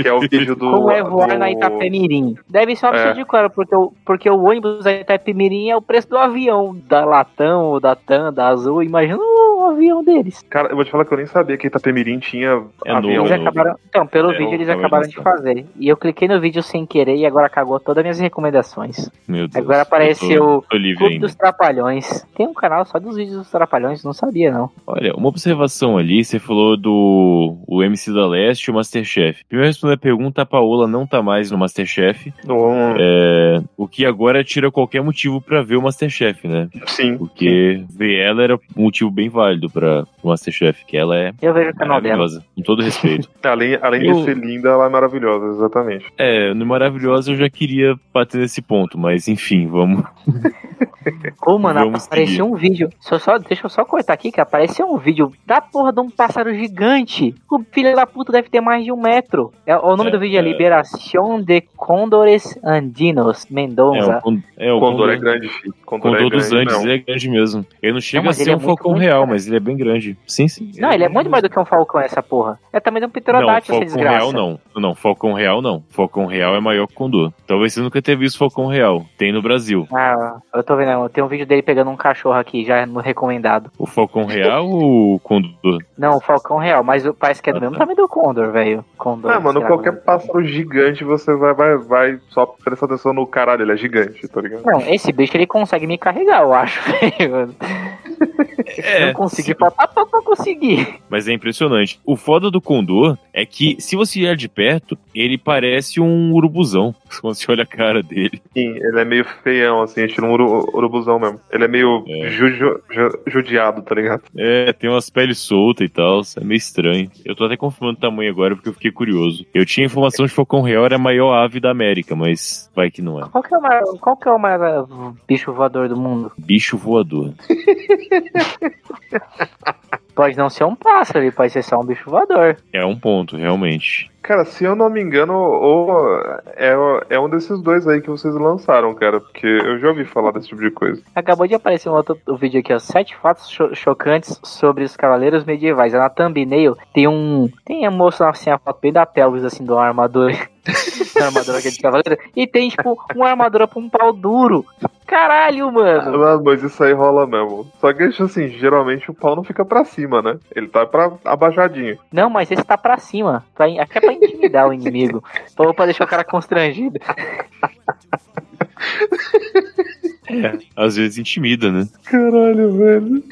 S2: Que é o vídeo do.
S3: Como é voar
S2: do-
S3: na Itapemirim? Deve ser uma
S2: É.
S3: pessoa de cara, porque o, porque o ônibus da Itapemirim é o preço do avião da Latão, ou da TAM, da Azul. Imagina o avião deles.
S2: Cara, eu vou te falar que eu nem sabia que Itapemirim tinha
S1: É
S2: avião.
S3: Eles
S1: novo.
S3: acabaram, então, pelo
S1: É,
S3: vídeo, eles
S1: acabei de
S3: acabaram de
S1: mostrar.
S3: fazer. E eu cliquei no vídeo sem querer e agora cagou todas as minhas recomendações.
S1: Meu Deus.
S3: Agora apareceu
S1: Eu tô- tô livre
S3: Clube
S1: ainda.
S3: dos Trapalhões. Tem um canal só dos vídeos dos Trapalhões, não sabia não.
S1: Olha, uma observação ali, você falou do o MC da Leste e o Masterchef. Primeiro respondendo a pergunta, a Paola não tá mais no Masterchef,
S2: No-
S1: é, o que agora tira qualquer motivo pra ver o Masterchef, né?
S2: Sim.
S1: Porque ver ela era um motivo bem válido pra o Masterchef, que ela é
S3: Eu vejo o canal dela.
S1: maravilhosa, com todo respeito.
S2: Além, além
S1: Eu-
S2: de ser linda, ela é maravilhosa, exatamente.
S1: (laughs) é, no Maravilhosa eu já queria bater nesse ponto, mas enfim, vamos.
S3: Ô, mano,
S1: Vamos seguir.
S3: apareceu um vídeo. Só, só- deixa eu só cortar aqui, que apareceu um vídeo da porra de um pássaro gigante. O filho da puta deve ter mais de um metro. É, o nome
S1: É,
S3: do vídeo é,
S1: é.
S3: Liberação de Condores Andinos
S1: É,
S3: Mendonça.
S1: o, con- é, o
S2: Condor é
S1: Condor,
S2: grande, filho. Condor,
S1: Condor
S2: é grande,
S1: dos Andes,
S2: não.
S1: ele é grande mesmo. Ele não chega a
S3: mas ele
S1: ser
S3: é
S1: um
S3: muito
S1: falcão
S3: grande,
S1: real,
S3: cara.
S1: mas ele é bem grande. Sim, sim.
S3: não, ele é muito
S1: grande
S3: mais do que um falcão, essa porra. É também de um
S1: Não,
S3: pterodátil,
S1: Falcão
S3: essa desgraça.
S1: Real não. Não, Falcão Real não. Falcão Real é maior que Condor. Talvez você nunca tenha visto Falcão Real. Tem no Brasil.
S3: Ah, eu tô vendo, tem um vídeo dele pegando um cachorro aqui, já no recomendado.
S1: O Falcão Real ou o Condor?
S3: Não, o Falcão Real, mas o- parece que é do
S1: Ah,
S3: mesmo
S1: tá.
S3: tamanho do Condor, velho. Condor.
S1: é.
S2: Ah, mano,
S3: sei lá,
S2: qualquer pássaro gigante você vai, vai, vai só prestar atenção no caralho, ele é gigante, tá ligado?
S3: Não, esse bicho ele consegue me carregar, eu acho, (laughs) velho.
S1: É,
S3: eu consegui, pá, pá, pá, pá, consegui.
S1: Mas é impressionante. O foda do Condor é que, se você olhar de perto, ele parece um urubuzão. (laughs) Quando você olha a cara dele.
S2: Sim, ele é meio feião, assim, tira um uru- urubuzão mesmo. Ele é meio
S1: É.
S2: ju- ju- ju- judiado, tá ligado?
S1: É, tem umas peles soltas e tal. isso É meio estranho. Eu tô até confirmando o tamanho agora porque eu fiquei curioso. Eu tinha informação de que Falcão Real era a maior ave da América, mas vai que não é.
S3: Qual que é o maior, qual que é o maior uh, bicho voador do mundo?
S1: Bicho voador.
S3: Pode não ser um pássaro, ele pode ser só um bicho voador.
S1: É um ponto, realmente.
S2: Cara, se eu não me engano, ou é, é um desses dois aí que vocês lançaram, cara, porque eu já ouvi falar desse tipo de coisa.
S3: Acabou de aparecer um outro vídeo aqui, ó. Sete fatos cho- chocantes sobre os cavaleiros medievais. É Na thumbnail tem um. Tem a moça assim, a foto bem da pelvis, assim, de uma armadura. (laughs) da armadura aqui de cavaleiro. E tem, tipo, uma armadura pra um pau duro. Caralho, mano.
S2: Mano, Ah, mas isso aí rola mesmo. Só que, tipo assim, geralmente o pau não fica pra cima, né? Ele tá pra abaixadinho.
S3: Não, mas esse tá pra cima. Pra, in- acho que é pra intimidar o inimigo. Ou pra deixar o cara constrangido.
S1: Às vezes intimida, né?
S2: Caralho, velho.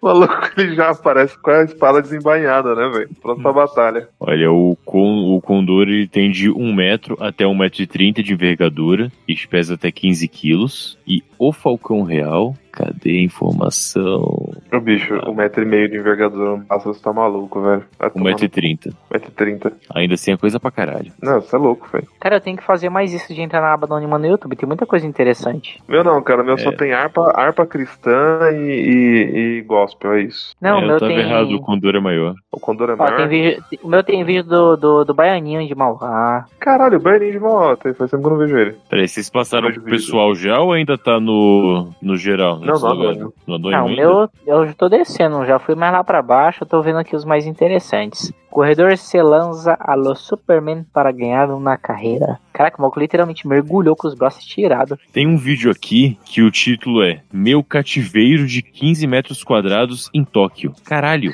S2: O (laughs) maluco ele já aparece com a espada desembainhada, né, velho? Pronto pra batalha.
S1: Olha, o, con, o condor ele tem de 1 metro até 1,30m de envergadura e pesa até 15 quilos. E o falcão real, cadê a informação?
S2: O bicho, um metro e meio de envergadura, um pássaro, você tá maluco, velho. Vai tomar
S1: 1,30m.
S2: no- um metro e trinta.
S1: Ainda assim é coisa pra caralho.
S2: Não, você é louco, velho.
S3: Cara, eu tenho que fazer mais isso de entrar na aba anônima no YouTube. Tem muita coisa interessante.
S2: Meu não, cara, meu só
S1: É.
S2: tem harpa, harpa cristã e, e, e gospel, é isso.
S3: Não,
S1: É,
S3: o
S1: eu
S3: meu
S1: tava
S3: tem...
S1: errado, o condor é maior.
S2: O Condor é
S3: Ó, tem
S2: maior.
S3: vídeo... O meu tem vídeo do, do, do Baianinho de Mauá.
S2: Caralho, o Bernin de mal, faz tempo que eu não vejo ele.
S1: Peraí, vocês passaram
S2: Mas
S1: pro
S2: vídeo.
S1: pessoal já ou ainda tá no, no geral?
S2: Não,
S1: nesse
S2: não,
S1: lugar?
S2: não.
S1: No anônimo
S3: Ah, o
S1: um ainda?
S3: meu... Eu já tô descendo. Já fui mais lá pra baixo. Eu tô vendo aqui os mais interessantes. Corredor se lança a los Superman para ganhar uma carreira. Caraca, o maluco literalmente mergulhou com os braços tirados.
S1: Tem um vídeo aqui que
S2: (laughs)
S1: o título é Meu cativeiro de 15 metros quadrados em Tóquio. Caralho.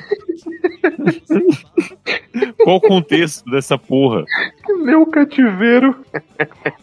S1: Qual o contexto dessa porra?
S2: Meu cativeiro.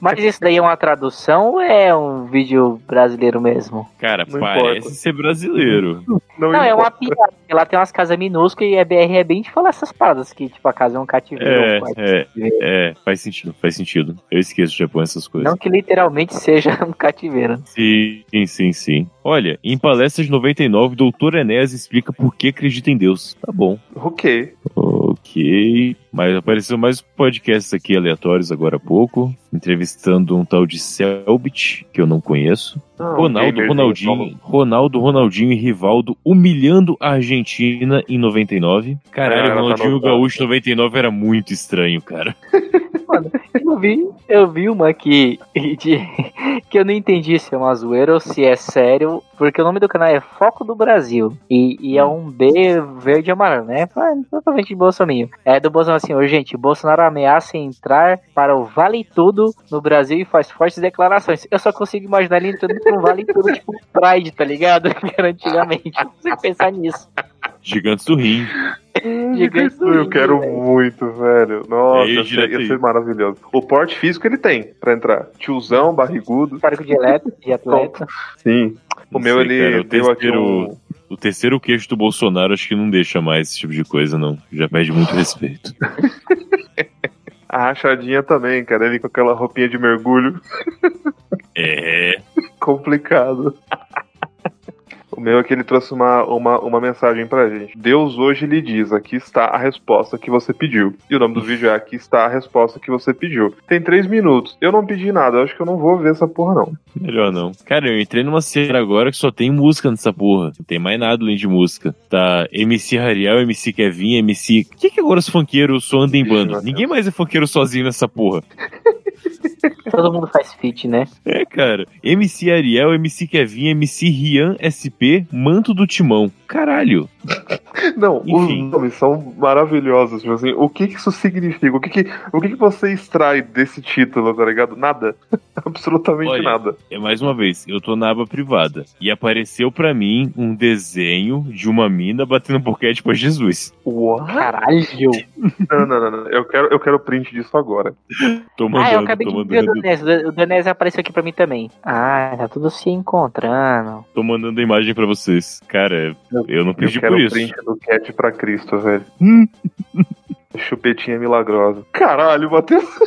S3: Mas isso daí é uma tradução ou é um vídeo brasileiro mesmo?
S1: Cara,
S2: Não
S1: parece
S2: importa.
S1: ser brasileiro.
S2: Não,
S3: Não, é uma
S2: importa.
S3: piada. porque Lá tem umas casas minúsculas e a BR é bem de falar essas paradas que, tipo, a casa é um
S1: É,
S3: cativeiro.
S1: é, é, faz sentido, faz sentido. Eu esqueço do Japão essas coisas.
S3: Não que literalmente (laughs) seja um cativeiro.
S1: Sim, sim, sim, sim. Olha, em palestra de 99, doutor Enéas explica por que acredita em Deus. Tá bom.
S2: Ok.
S1: Ok. Mas apareceu mais podcasts aqui aleatórios agora há pouco, entrevistando um tal de Selbit, que eu não conheço.
S2: Não,
S1: Ronaldo,
S2: gamer,
S1: Ronaldinho, Ronaldo, Ronaldinho e Rivaldo humilhando a Argentina em 99.
S2: Cara,
S1: Caralho,
S2: tá
S1: o Ronaldinho
S2: notado.
S1: Gaúcho 99 era muito estranho, cara.
S3: Eu vi, eu vi uma aqui de, (laughs) que eu não entendi se é uma zoeira ou se é sério, porque o nome do canal é Foco do Brasil. E, e é um B verde e amarelo, né? Ah, Totalmente de Bolsonaro. É do Bolsonaro assim, urgente, Bolsonaro ameaça entrar para o Vale Tudo no Brasil e faz fortes declarações. Eu só consigo imaginar ele entrando para um Vale Tudo, tipo Pride, tá ligado? (laughs) Que era antigamente. Não consigo pensar nisso.
S1: Gigantes do Rim.
S2: Hum,
S3: Gigante do
S2: Eu
S3: Rio,
S2: quero
S3: velho.
S2: muito, velho. Nossa,
S1: Aí,
S2: ia ser,
S1: direto
S2: ia
S1: aí.
S2: ser maravilhoso. O porte físico ele tem pra entrar. Tiozão, barrigudo.
S3: Parque de elétrico, de atleta.
S2: Sim. O
S1: Não
S2: meu,
S1: sei,
S2: ele
S1: cara, o
S2: deu aqui
S1: terceiro-
S2: um...
S1: O terceiro queixo do Bolsonaro acho que não deixa mais esse tipo de coisa, não. Já perde muito respeito.
S2: A rachadinha também, cara. Ele com aquela roupinha de mergulho.
S1: É.
S2: Complicado. (laughs) O meu é que ele trouxe uma, uma, uma mensagem pra gente. Deus hoje lhe diz: aqui está a resposta que você pediu. E o nome do vídeo é Aqui está a resposta que você pediu. Tem três minutos. Eu não pedi nada, eu acho que eu não vou ver essa porra, não.
S1: Melhor não. Cara, eu entrei numa cena agora que só tem música nessa porra. Não tem mais nada além de música. Tá MC Rariel, MC Kevin, MC. Por que, que agora os funkeiros só andam em
S2: Vixe,
S1: bando?
S2: Matheus.
S1: Ninguém mais é funkeiro sozinho nessa porra.
S3: Todo mundo faz fit, né?
S1: É, cara. MC Ariel, MC Kevin, MC Rian SP, Manto do Timão. Caralho.
S2: (laughs) Não,
S1: Enfim.
S2: os nomes são maravilhosos. Tipo assim, o que, que isso significa? O, que, que, o que, que você extrai desse título, tá ligado? Nada. (laughs) Absolutamente
S1: Olha,
S2: nada.
S1: É mais uma vez, eu tô na aba privada. E apareceu pra mim um desenho de uma mina batendo um boquete pra Jesus.
S2: What?
S3: Caralho!
S2: Não, não, não, não. Eu quero, eu quero print disso agora.
S1: Tô
S3: Ah, eu
S1: mandando,
S3: acabei
S1: tô
S3: de ver o
S1: mandando.
S3: Danese. O Danese apareceu aqui pra mim também. Ah, tá tudo se encontrando.
S1: Tô mandando a imagem pra vocês. Cara, eu não pedi
S2: eu quero
S1: por isso.
S2: print do Cat pra Cristo, velho. (laughs)
S1: Hum.
S2: Chupetinha milagrosa. Caralho, Matheus. (laughs)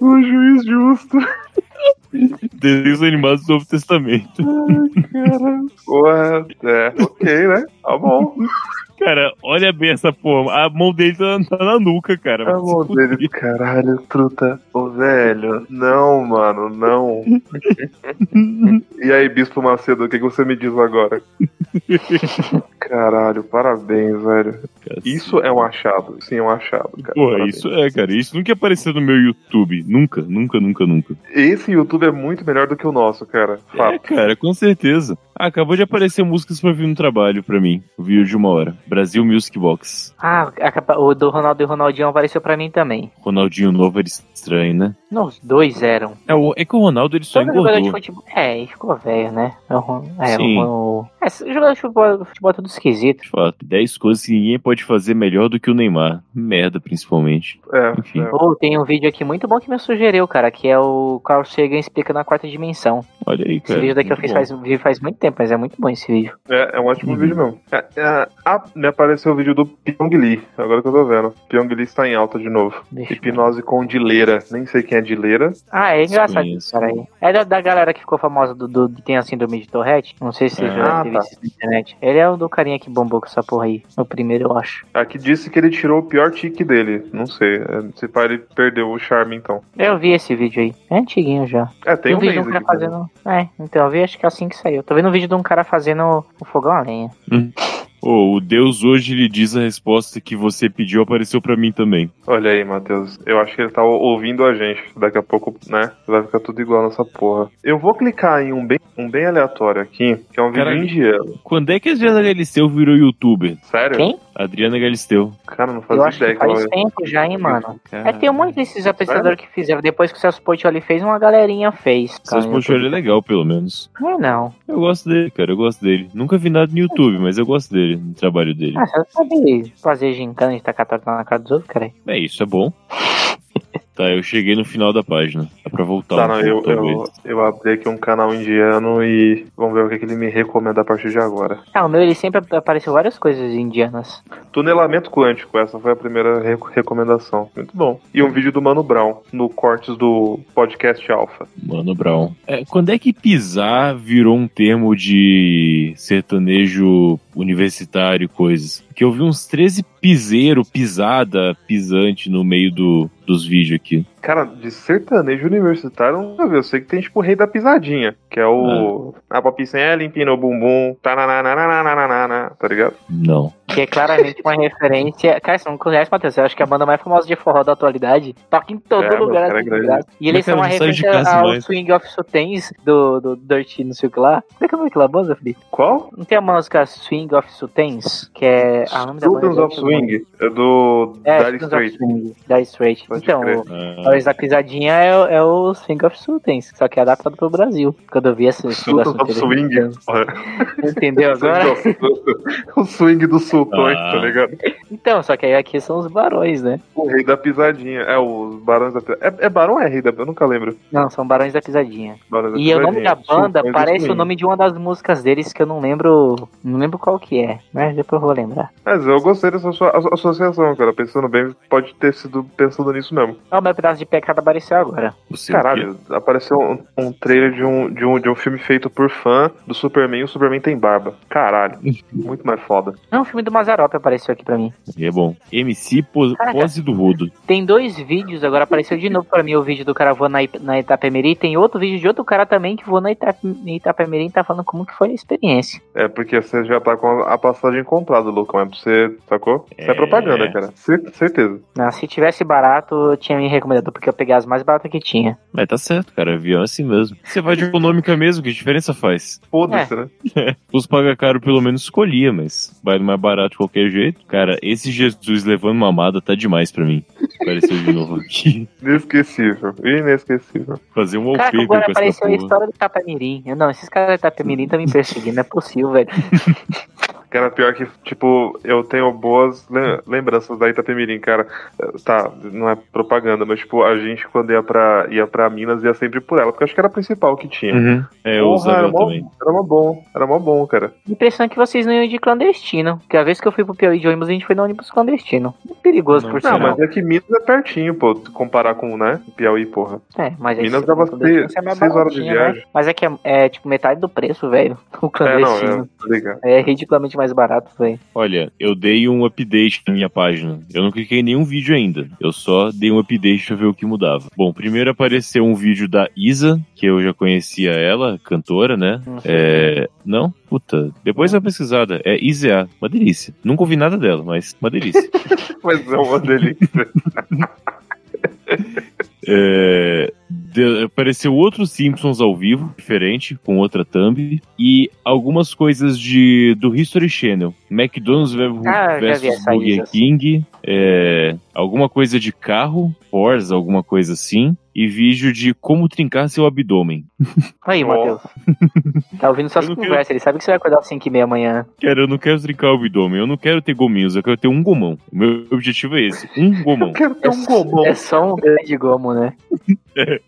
S2: o juiz justo.
S1: Desenhos animados do Novo Testamento.
S2: Ué, é, ok, né? Tá bom.
S1: Cara, olha bem essa porra. A mão dele tá, tá na nuca, cara.
S2: A mão (laughs) dele, caralho, truta. Ô, velho, não,
S1: (laughs)
S2: mano, não. E aí, Bispo Macedo, o que, que você me
S1: (laughs)
S2: diz agora? Caralho, parabéns, velho.
S1: Cara,
S2: Isso é um achado, sim, é um achado, cara.
S1: Porra,
S2: parabéns.
S1: isso é, cara. Isso nunca apareceu no meu YouTube. Nunca, nunca, nunca, nunca.
S2: Esse YouTube é muito melhor do que o nosso, cara.
S1: É,
S2: Fato.
S1: cara, com certeza. Ah, acabou de aparecer músicas pra vir no trabalho pra mim. O vídeo de uma hora. Brasil Music Box.
S3: Ah, a capa- o do Ronaldo e o Ronaldinho apareceu pra mim também.
S1: Ronaldinho novo era estranho, né?
S3: Não, os dois eram.
S1: É, o- é que o Ronaldo ele só
S3: Todo jogador de
S1: engordou.
S3: futebol. É, e ficou velho, né? É, o Ron- é,
S1: Sim.
S3: o, é, esse jogador de futebol, futebol é tudo esquisito.
S2: tipo,
S1: De fato, 10 coisas que ninguém pode fazer melhor do que o Neymar. Merda, principalmente.
S2: É,
S1: Enfim.
S2: é.
S3: Ou tem um vídio aqui muito bom que me sugeriu, cara, que é o Carl Sagan explicando a quarta dimensão.
S1: Olha aí,
S3: Esse
S1: cara.
S3: vídeo daqui eu
S1: É, Muito
S3: fiz
S1: bom.
S3: faz, vi faz muito tempo, mas é muito bom esse vídeo.
S2: É, é um ótimo
S1: Uhum.
S2: vídeo mesmo. É, é, ah, me apareceu o vídeo do Pyong Lee, agora que eu tô vendo. Pyong Lee está em alta de novo.
S3: Deixa eu-
S2: Hipnose com Dileira. Nem sei quem é Dileira.
S3: Ah, é engraçado
S1: Desconheço.
S3: esse cara aí. É da, da galera que ficou famosa do, do que tem a síndrome de Tourette. Não sei se você
S1: Ah,
S3: já teve
S2: tá.
S3: isso na internet. Ele é o do carinha que bombou com essa porra aí. O primeiro, eu acho.
S2: Aqui disse que ele tirou o pior tique dele. Não sei. é, Se pá, ele perdeu o charme, então.
S3: Eu vi esse vídeo aí. É antiguinho já.
S2: É, tem
S3: eu
S2: um
S3: vi de
S2: mês
S3: um cara
S2: aqui.
S3: fazendo. É, então eu vi acho que é assim que saiu. Tô vendo um vídeo de um cara fazendo o fogão a lenha.
S1: Ô, o Deus hoje lhe diz a resposta que você pediu apareceu pra mim também.
S2: Olha aí, Matheus. Eu acho que ele tá ouvindo a gente. Daqui a pouco, né? Vai ficar tudo igual nessa porra. Eu vou clicar em um bem, um bem aleatório aqui, que é um vídeo
S1: Caralho.
S2: indiano.
S1: Quando é que a Adriana Galisteu virou youtuber?
S2: Sério?
S3: Quem?
S1: Adriana Galisteu.
S2: Cara, não
S3: Eu
S2: fazia
S3: acho
S2: ideia
S3: que
S2: que ela
S3: faz tempo já, hein, mano. É, tem um monte desses
S2: né? Sério?
S3: apresentadores que fizeram. Depois que o Celso Portioli fez, uma galerinha fez. cara,
S1: Seus
S3: no
S1: Pochori é
S3: YouTube.
S1: legal, pelo menos.
S3: Não é não.
S1: Eu gosto dele, cara, eu gosto dele. Nunca vi nada no YouTube, mas eu gosto dele, no trabalho dele.
S3: Ah, você sabe fazer gincana de tacar torta na cara dos outros, cara?
S1: É isso, é bom. tá, eu cheguei no final da página. Dá pra voltar
S2: Tá,
S1: um
S2: não, eu,
S1: pouco,
S2: eu,
S1: talvez.
S2: eu abri aqui um canal indiano e vamos ver o que, que ele me recomenda a partir de agora.
S3: Ah, o meu, ele sempre ap- apareceu várias coisas indianas.
S2: Tunelamento quântico, essa foi a primeira re- recomendação. Muito bom. E um vídeo do Mano Brown, no cortes do podcast Alpha.
S1: Mano Brown. É, quando é que pisar virou um termo de sertanejo universitário e coisas? Porque eu vi uns 13 piseiro, pisada, pisante no meio do, dos vídeos aqui.
S2: Cara, de sertanejo universitário, eu nunca vi. Eu sei que tem, tipo, o rei da pisadinha, que é o... A papicinha é limpinha o bumbum, tananananananana, tá ligado?
S1: Não.
S3: Que é claramente uma (laughs) referência. Cara, você não conhece, Matheus? Eu acho que é a banda mais famosa de forró da atualidade toca em todo
S2: É, mas
S3: lugar.
S2: o cara é
S3: assim,
S2: grande.
S3: graça. e
S1: Mas,
S3: eles
S1: cara,
S3: são uma
S1: não sai de
S3: referência
S1: casa
S3: ao
S1: mais.
S3: Swing of Sutens do, do Dirty, não sei o que lá. Como é que é o nome daquela banda, Felipe?
S2: Qual?
S3: Não tem a música Swing of Sutens? Que é. Ah, o nome da banda
S2: Sultans
S3: é
S2: of
S3: muito bom.
S2: Swing, é do
S3: É,
S2: Dire
S3: Sultans of
S2: Straits.
S3: Swing. Dire Straits.
S2: Pode
S3: Então,
S2: crer.
S3: o
S1: Ah,
S3: Stories da Pisadinha é, o- é o Swing of Sutens, só que é adaptado pro Brasil. Quando eu vi esse esse
S2: Sultans
S3: negócio
S2: of
S3: no
S2: Swing.
S3: televisão.
S2: (laughs)
S3: Entendeu é agora?
S2: O swing dos sultões,
S1: Ah.
S2: tá ligado?
S3: Então, só que aí aqui são os barões, né?
S2: O rei da pisadinha. É, os barões da pisadinha. É, é barão ou é rei da Eu nunca lembro.
S3: Não, são barões da pisadinha.
S2: Barões da
S3: E é o nome da
S2: Pisadinha.
S3: banda
S2: Sultões do
S3: parece o
S2: swing.
S3: nome de uma das músicas deles que eu não lembro. Não lembro qual que é, mas depois eu vou lembrar.
S2: Mas eu gostei dessa sua asso- associação, cara. Pensando bem, pode ter sido pensando nisso mesmo.
S3: Ah, o meu pedaço de pecado apareceu agora.
S1: o seu quê?
S2: Caralho, apareceu um, um trailer de um, de, um, de um filme feito por fã do Superman e o Superman tem barba.
S1: (laughs)
S2: Caralho, muito mais foda.
S3: Não, o É um filme do Mazarop apareceu aqui pra mim.
S1: E É bom. MC po-
S3: Caraca.
S1: Pose do Rodo.
S3: Tem dois vídeos, agora apareceu de novo pra mim o vídeo do cara voando na, Ita- na Itapemirim. Tem outro vídeo de outro cara também que voou na Ita- em Itapemirim e tá falando como que foi a experiência.
S2: É porque você já tá com a passagem comprada, Lucão. É pra você, sacou? Isso é,
S1: É.
S2: propaganda, cara. Cer- certeza.
S3: Ah, se tivesse barato, eu tinha me recomendado, porque eu peguei as mais baratas que tinha.
S1: Mas tá certo, cara. Avião é assim mesmo. Você vai de econômica mesmo, que diferença faz?
S2: Foda-se, né?
S1: Os paga caro pelo menos escolhia, mas vai no mais barato de qualquer jeito. Cara, esse Jesus levando mamada tá demais pra mim. Apareceu de novo aqui.
S2: Inesquecível. Inesquecível.
S1: Fazer um
S3: Caraca,
S1: wallpaper
S3: agora
S1: com essa
S3: apareceu a
S1: porra.
S3: história do Itapemirim. Eu, Não, esses caras do Itapemirim estão me perseguindo, não é possível, velho.
S2: Cara, pior que, tipo, eu tenho boas lem- lembranças da Itapemirim, cara. Eh, Tá, não é propaganda, mas, tipo, a gente quando ia pra, ia pra Minas ia sempre por ela, porque eu acho que era a principal que tinha.
S1: Uhum. É, eu
S2: Porra,
S1: usava
S2: era mó-
S1: também.
S2: Era mó bom, era mó bom, cara.
S3: Impressão é que vocês não iam de clandestino. Porque a vez que eu fui pro Piauí de ônibus, a gente foi no ônibus clandestino. Perigoso,
S1: Não,
S3: por
S1: não,
S2: Não,
S3: sinal.
S2: mas é que Minas é pertinho, pô, tu comparar com, né, Piauí, porra.
S3: É, mas aí
S2: Minas
S3: se-
S2: dava
S3: o clandestino
S2: seis-
S3: sai mais
S2: seis horas de
S3: baratinho, né?
S2: viagem.
S3: Mas é que é, é, tipo metade do preço, velho. (laughs) O
S2: É, não, é,
S3: clandestino.
S2: tá ligado. (laughs)
S3: É, ridiculamente mais barato, velho.
S1: Olha, eu dei um update na minha página. Eu não cliquei em nenhum vídeo ainda. Eu só dei um update pra ver o que mudava. Bom, primeiro apareceu um vídeo da Isa, que eu já conhecia ela, cantora, né?
S3: Não sei.
S1: É. Não? Puta. Depois da pesquisada. É Isa. Uma delícia. Nunca ouvi nada dela, mas uma delícia.
S2: Mas é
S1: (laughs)
S2: uma delícia.
S1: É, de- apareceu outro Simpsons ao vivo, diferente, com outra thumb, e algumas coisas de do History Channel. McDonald's versus
S3: Ah, eu já vi
S1: versus
S3: essa
S1: Burger
S3: Isa.
S1: King, é, alguma coisa de carro, Forza, alguma coisa assim, e vídeo de como trincar seu abdômen.
S3: Aí,
S2: ó. (laughs)
S3: Matheus. Tá ouvindo suas
S1: Eu não quero-
S3: conversas, ele sabe que você vai acordar às 5 e meia amanhã.
S1: Cara, eu não quero trincar o abdômen, eu não quero ter gominhos, eu quero ter um gomão. O meu objetivo é esse, um gomão.
S2: Eu quero ter um gomão.
S3: É só um grande gomo, né?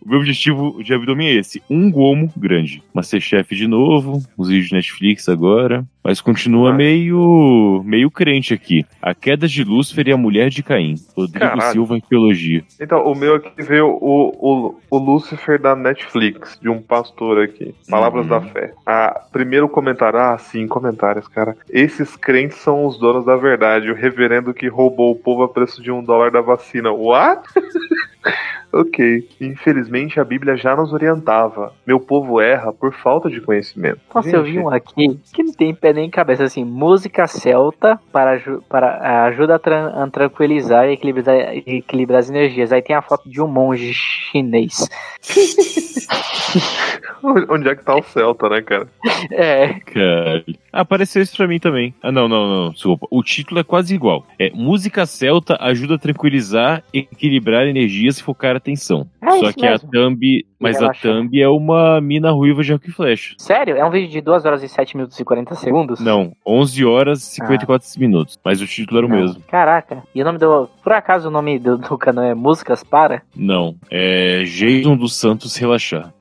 S1: O meu objetivo de abdômen é esse: um gomo grande. Masterchef de novo, uns vídeos de Netflix agora. Mas continua
S2: Ah.
S1: meio meio crente aqui. A queda de Lúcifer e a mulher de Caim. Rodrigo
S2: Caralho.
S1: Silva, arqueologia.
S2: Então, o meu aqui veio o, o, o Lucifer da Netflix, de um pastor aqui. Palavras
S1: Uhum.
S2: da fé. Ah, primeiro comentário. Ah, sim, comentários, cara. Esses crentes são os donos da verdade. O reverendo que roubou o povo a preço de um dólar da vacina. What? (laughs) Ok. Infelizmente a Bíblia já nos orientava. Meu povo erra por falta de conhecimento.
S3: Nossa, eu vi
S2: Gente,
S3: um aqui que não tem pé nem cabeça, assim, música celta para, aju- para é, ajuda a, tran- a tranquilizar e equilibrar, equilibrar as energias. Aí tem a foto de um monge chinês.
S2: (laughs) Onde é que tá o Celta, né, cara?
S3: É,
S1: Caralho. Apareceu isso pra mim também. Ah, não, não, não, desculpa. O título é quase igual. É Música Celta ajuda a tranquilizar, equilibrar energias e focar a atenção.
S3: É
S1: Só
S3: isso
S1: que
S3: mesmo.
S1: a Thumb. Mas a
S3: relaxa.
S1: Thumb é uma mina ruiva de arco e flecha.
S3: sério? É um vídeo de 2 horas e 7 minutos e 40 segundos?
S1: Não, é 11 horas e 54 minutos. Mas o título era o
S3: Não.
S1: mesmo.
S3: Caraca. E o nome do. Por acaso o nome do, do canal é Músicas para? (laughs)
S1: Não, é Jason dos Santos Relaxar.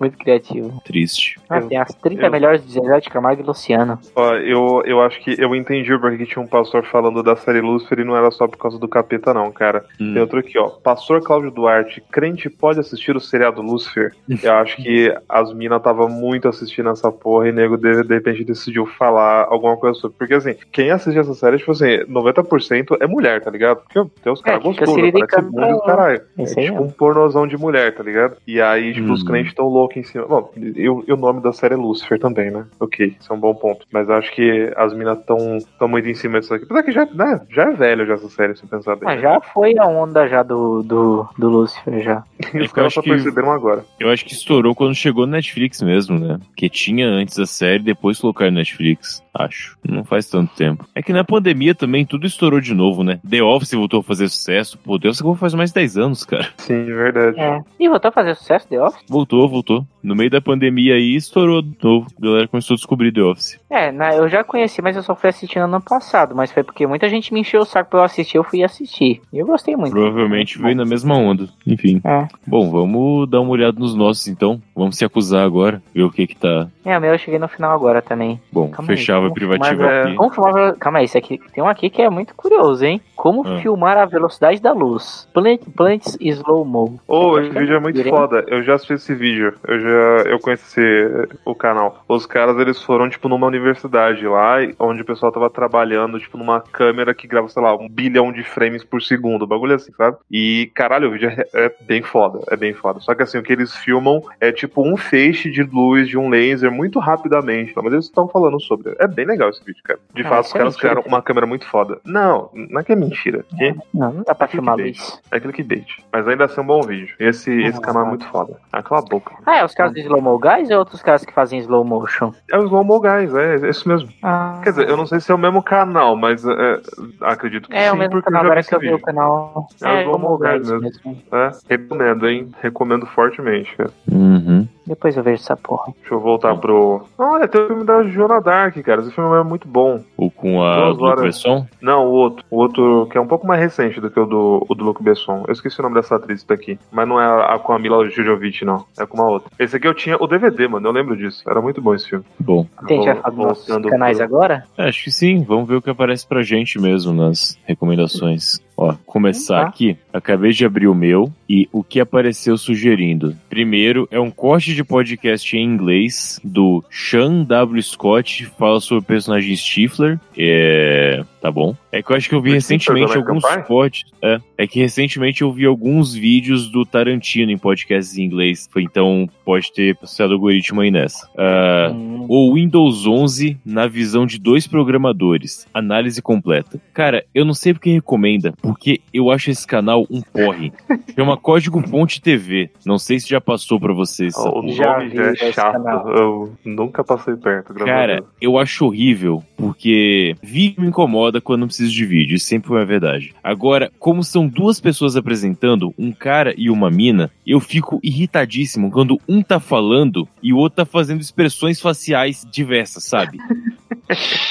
S3: Muito criativo.
S1: Triste.
S3: Ah,
S2: Eu-
S3: tem as 30
S2: eu-
S3: melhores de Zezé de Camargo e Luciano.
S2: Ó, eu, eu acho que eu entendi o porquê que tinha um pastor falando da série Lúcifer e não era só por causa do capeta, não, cara.
S1: Hum.
S2: Tem outro aqui, ó. Pastor Cláudio Duarte, crente pode assistir o seriado Lúcifer? Eu acho que as minas estavam muito assistindo essa porra e nego de, de repente decidiu falar alguma coisa sobre. Porque assim, quem assiste essa série, tipo assim, 90% é mulher, tá ligado? Porque tem os caras
S3: É, fica
S2: gostosos, parece
S3: siriricando
S2: mundo e o
S3: pra lá.
S2: caralho.
S3: É isso
S2: É
S3: aí
S2: tipo
S3: mesmo.
S2: um pornozão de mulher, tá ligado? E aí, tipo, os
S1: Hum.
S2: crentes estão loucos em cima. Bom, e, o- e o nome da série é Lúcifer também, né? Ok, isso é um bom ponto. Mas acho que as minas estão tão muito em cima disso aqui. Apesar que já, né, já é velho já essa série, se eu pensar bem. né?
S3: Ah, já foi a onda já do, do, do Lúcifer já.
S2: E
S1: É
S2: os
S1: que eu
S2: caras
S1: acho
S2: só
S1: que-
S2: perceberam agora.
S1: Eu acho que estourou quando chegou no Netflix mesmo, né? Que tinha antes a série, depois colocaram no Netflix, acho. Não faz tanto tempo. É que na pandemia também tudo estourou de novo, né? The Office voltou a fazer sucesso. Pô, The Office agora faz mais de 10 anos, cara.
S2: Sim, verdade.
S3: É. E voltou a fazer sucesso The Office?
S1: Voltou, voltou. No meio da pandemia aí, estourou de novo. A galera começou a descobrir The Office.
S3: É, na- eu já conheci, mas eu só fui assistir no ano passado. Mas foi porque muita gente me encheu o saco pra eu assistir, eu fui assistir. E eu gostei muito.
S1: Provavelmente veio na mesma onda. Enfim.
S3: É.
S1: Bom, vamos dar uma olhada nos nossos então. Vamos se acusar agora, ver o que que tá.
S3: É, o meu eu cheguei no final agora também.
S1: Bom,
S3: Calma aí,
S1: fechava
S3: vamos-
S1: privativo
S2: mas, é,
S1: aqui.
S3: Como filmar. Calma aí, isso aqui tem um aqui que é muito curioso, hein? Como
S1: Ah.
S3: filmar a velocidade da luz? Planet, Plants Slow Mo.
S2: Ô, esse vídeo é muito
S3: Direito.
S2: foda. Eu já assisti esse vídeo. Eu já eu conheci o canal. Os caras, eles foram, tipo, numa universidade lá, onde o pessoal tava trabalhando, tipo, numa câmera que grava, sei lá, um bilhão de frames por segundo. Bagulho assim, sabe? E, caralho, o vídeo é, é bem foda. É bem foda. Só que, assim, o que eles filmam é, tipo, um feixe de luz de um laser muito rapidamente. Mas eles estão falando sobre. É bem legal esse vídeo, cara. De
S3: Ah,
S2: fato,
S3: isso
S2: os
S3: é
S2: caras
S3: mentira.
S2: criaram uma câmera muito foda. Não, não é que é mentira. Que
S3: Não, não dá pra filmar a
S2: Clickbait.
S3: luz.
S2: é clickbait. Mas ainda assim é um bom vídeo. Esse, esse canal é muito foda. Ah, cala a boca.
S3: Ah, é os caras do Slow Mo Guys ou outros caras que fazem slow motion?
S2: É o Slow Mo Guys, é, é isso mesmo.
S3: Ah.
S2: Quer dizer, eu não sei se é o mesmo canal, mas é, acredito que
S3: É,
S2: sim,
S3: o mesmo
S2: porque eu já
S3: canal,
S2: vi
S3: agora
S2: esse
S3: que eu vi
S2: vídeo.
S3: o canal.
S2: É, o Slow Mo Guys
S3: mesmo.
S2: É, recomendo, hein? Recomendo fortemente, cara.
S1: Uhum.
S3: Depois eu vejo essa porra.
S2: Deixa eu voltar pro... Olha, tem o filme da Joana Dark, cara. Esse filme é muito bom.
S1: Ou com a
S2: Duas
S1: Blue
S2: horas.
S1: Person?
S2: Não, o outro. O outro que é um pouco mais recente do que o do, o do Luke Besson. Eu esqueci o nome dessa atriz daqui. Mas não é a, a com a Mila Jojovic, não. É com uma outra. Esse aqui eu tinha o DVD, mano. Eu lembro disso. Era muito bom esse filme.
S1: Bom.
S3: Tem gente vai falar dos
S2: Voltando
S3: nossos canais
S2: pro-
S3: agora?
S1: É, Acho que sim, vamos ver o que aparece pra gente mesmo nas recomendações. Ó, começar
S3: Tá.
S1: aqui, acabei de abrir o meu e o que apareceu sugerindo. Primeiro, é um corte de podcast em inglês do Sean W. Scott, fala sobre o personagem Stifler. É. Tá bom. É que eu acho que eu vi
S2: Do
S1: recentemente
S2: Stifler do
S1: alguns
S2: American Pie?
S1: cortes. É, é que recentemente eu vi alguns vídeos do Tarantino em podcasts em inglês. Então pode ter passado algoritmo aí nessa.
S2: É.
S1: Ah,
S3: Hum,
S1: ou Windows 11 na visão de dois programadores. Análise completa. Cara, eu não sei porque recomenda, porque eu acho esse canal um porre. Chama Código Fonte TV. Não sei se já passou pra vocês. essa
S2: O nome
S3: Já
S2: já,
S3: vi
S2: é
S3: esse
S2: chato.
S3: canal.
S2: Eu nunca passei perto. graças a
S1: Cara,
S2: Deus.
S1: eu acho horrível, porque vídeo me incomoda quando não preciso de vídeo, isso sempre foi a verdade. Agora, como são duas pessoas apresentando, um cara e uma mina, eu fico irritadíssimo quando um tá falando e o outro tá fazendo expressões faciais diversas, sabe?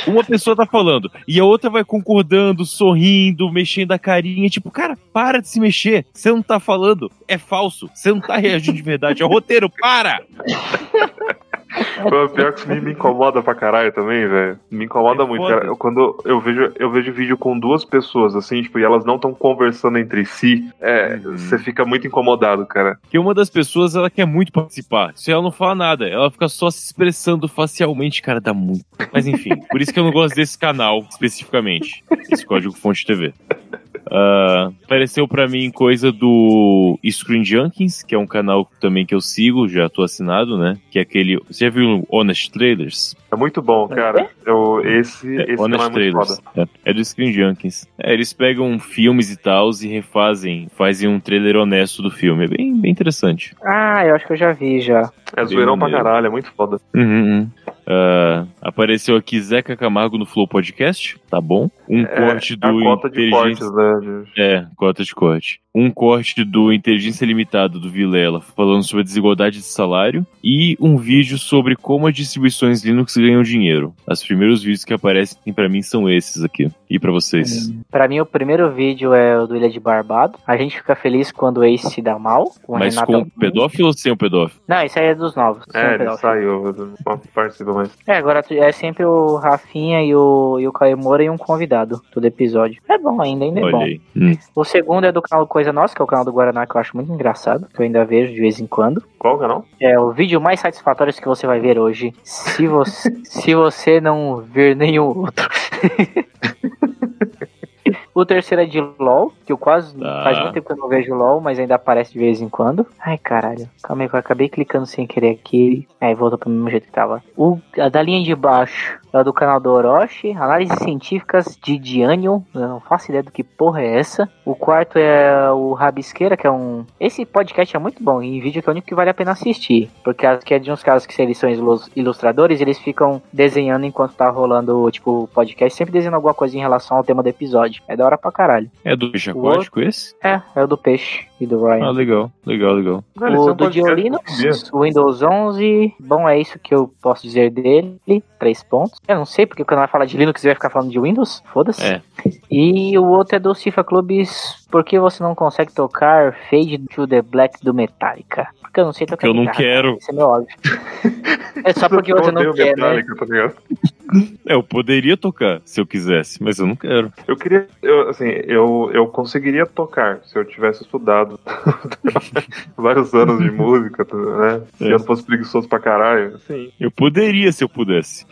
S1: Uma pessoa tá falando e a outra vai concordando, sorrindo, mexendo a carinha. Tipo, cara, para de se mexer. Você não tá falando. É falso. Você não tá reagindo de verdade. É roteiro, para!
S2: Pô, pior que isso me, me incomoda pra caralho também, velho. Me incomoda
S1: É
S2: muito,
S1: foda.
S2: cara. Eu- quando eu vejo, eu vejo vídeo com duas pessoas, assim, tipo, e elas não estão conversando entre si, é,
S1: Uhum.
S2: você fica muito incomodado, cara.
S1: que uma das pessoas ela quer muito participar. Se ela não fala nada, ela fica só se expressando facialmente, cara, dá muito. Mas enfim, por isso que eu não gosto desse canal especificamente, esse código fonte TV. Ah, apareceu pra mim coisa do Screen Junkies, que é um canal também que eu sigo, já tô assinado, né? Que é aquele. Você já viu Honest Trailers?
S2: É muito bom, cara. Eu, esse
S1: É,
S2: esse canal é
S1: Honest
S2: muito foda.
S1: Trailers. É, é do Screen Junkies. É, eles pegam filmes e tal e refazem, fazem um trailer honesto do filme. É bem, bem interessante.
S3: Ah, eu acho que eu já vi já.
S2: É
S1: Bem
S2: zoeirão pra
S1: maneiro.
S2: caralho, é muito foda.
S1: Uhum, uhum. Ah, apareceu aqui Zeca Camargo no Flow Podcast, tá bom? Um corte
S2: É a
S1: do
S2: cota de
S1: Inteligência.
S2: cortes, né? de-
S1: É, cota de corte. Um corte do Inteligência Limitada do Vilela falando sobre a desigualdade de salário e um vídeo sobre como as distribuições Linux ganham dinheiro. Os primeiros vídeos que aparecem pra mim são esses aqui. E pra vocês?
S3: Pra mim, o primeiro vídeo é o do Ilha de Barbado. A gente fica feliz quando o Ace se dá mal. Com o
S1: Mas
S3: Renato é um
S1: com o
S3: Alcunha.
S1: pedófilo ou sem o pedófilo?
S3: Não, isso aí é dos novos. sem
S2: É,
S3: o
S2: ele
S3: pedófilo.
S2: saiu, não participa mais.
S3: É, agora tu- é sempre o Rafinha e o, e o Caio Moura e um convidado todo episódio. É bom ainda, ainda é
S1: Olha
S3: bom.
S1: aí. Hum.
S3: O segundo é do canal Coisa Nossa, que é o canal do Guaraná, que eu acho muito engraçado, que eu ainda vejo de vez em quando.
S2: Qual canal?
S3: É o vídeo mais satisfatório que você vai ver hoje,
S1: (laughs)
S3: se você, se você não ver nenhum outro. (laughs) o terceiro é de LOL, que eu quase.
S1: Ah.
S3: Faz muito tempo que eu não vejo LOL, mas ainda aparece de vez em quando. Ai, caralho. Calma aí, que eu acabei clicando sem querer aqui. Aí voltou pro mesmo jeito que tava. O, a da linha de baixo é o do canal do Orochi. Análises científicas de Dianion. Eu não faço ideia do que porra é essa. O quarto é o Rabisqueira, que é um. Esse podcast é muito bom. E em vídeo que é o único que vale a pena assistir. Porque as- que é de uns caras que se eles são ilus- ilustradores, eles ficam desenhando enquanto tá rolando, tipo, o podcast. Sempre desenhando alguma coisa em relação ao tema do episódio. É da hora pra caralho.
S1: É do peixe
S3: O outro-
S1: aquático esse?
S3: É, é o do Peixe e do
S1: Ah,
S3: Ryan.
S1: legal, legal, legal.
S2: Não, eles
S3: o
S2: são
S3: do
S2: podcast
S3: Dio
S2: que eu sabia.
S3: Linux, o Windows 11. Bom, é isso que eu posso dizer dele. Três pontos. Eu não sei porque quando vai falar de Linux, vai ficar falando de Windows. Foda-se.
S1: É.
S3: E o outro é do Cifa Clubes. Por que você não consegue tocar Fade to the Black do Metallica? Porque eu não sei
S1: Porque
S3: tocar
S1: eu não
S3: guitarra.
S1: quero.
S3: Esse é meu
S2: (laughs)
S3: óbvio. É só porque você não
S2: odeio
S3: quer, né?
S2: Metallica, tá ligado?
S1: É, eu poderia tocar se eu quisesse, mas eu não quero.
S2: Eu queria, eu, assim, eu, eu conseguiria tocar se eu tivesse estudado (laughs) vários anos de música, tá- né? Se
S1: É.
S2: eu não fosse preguiçoso pra caralho. Sim.
S1: Eu poderia se eu pudesse.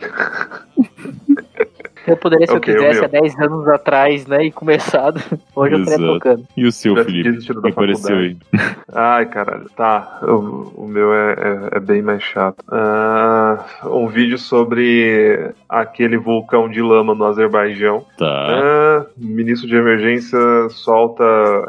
S3: Eu poderia, se
S2: Ok,
S3: eu
S2: o
S3: quisesse,
S2: meu.
S3: há 10 anos atrás, né? E começado. (laughs) Hoje eu estaria
S1: Exato.
S3: tocando.
S1: E o seu,
S2: Tivesse
S1: Felipe?
S2: desistido da
S1: Me apareceu
S2: faculdade.
S1: aí.
S2: Ai, caralho. Tá, o, o meu é, é- é bem mais chato. Ah, um vídeo sobre aquele vulcão de lama no Azerbaijão.
S1: Tá.
S2: Ah, ministro de emergência solta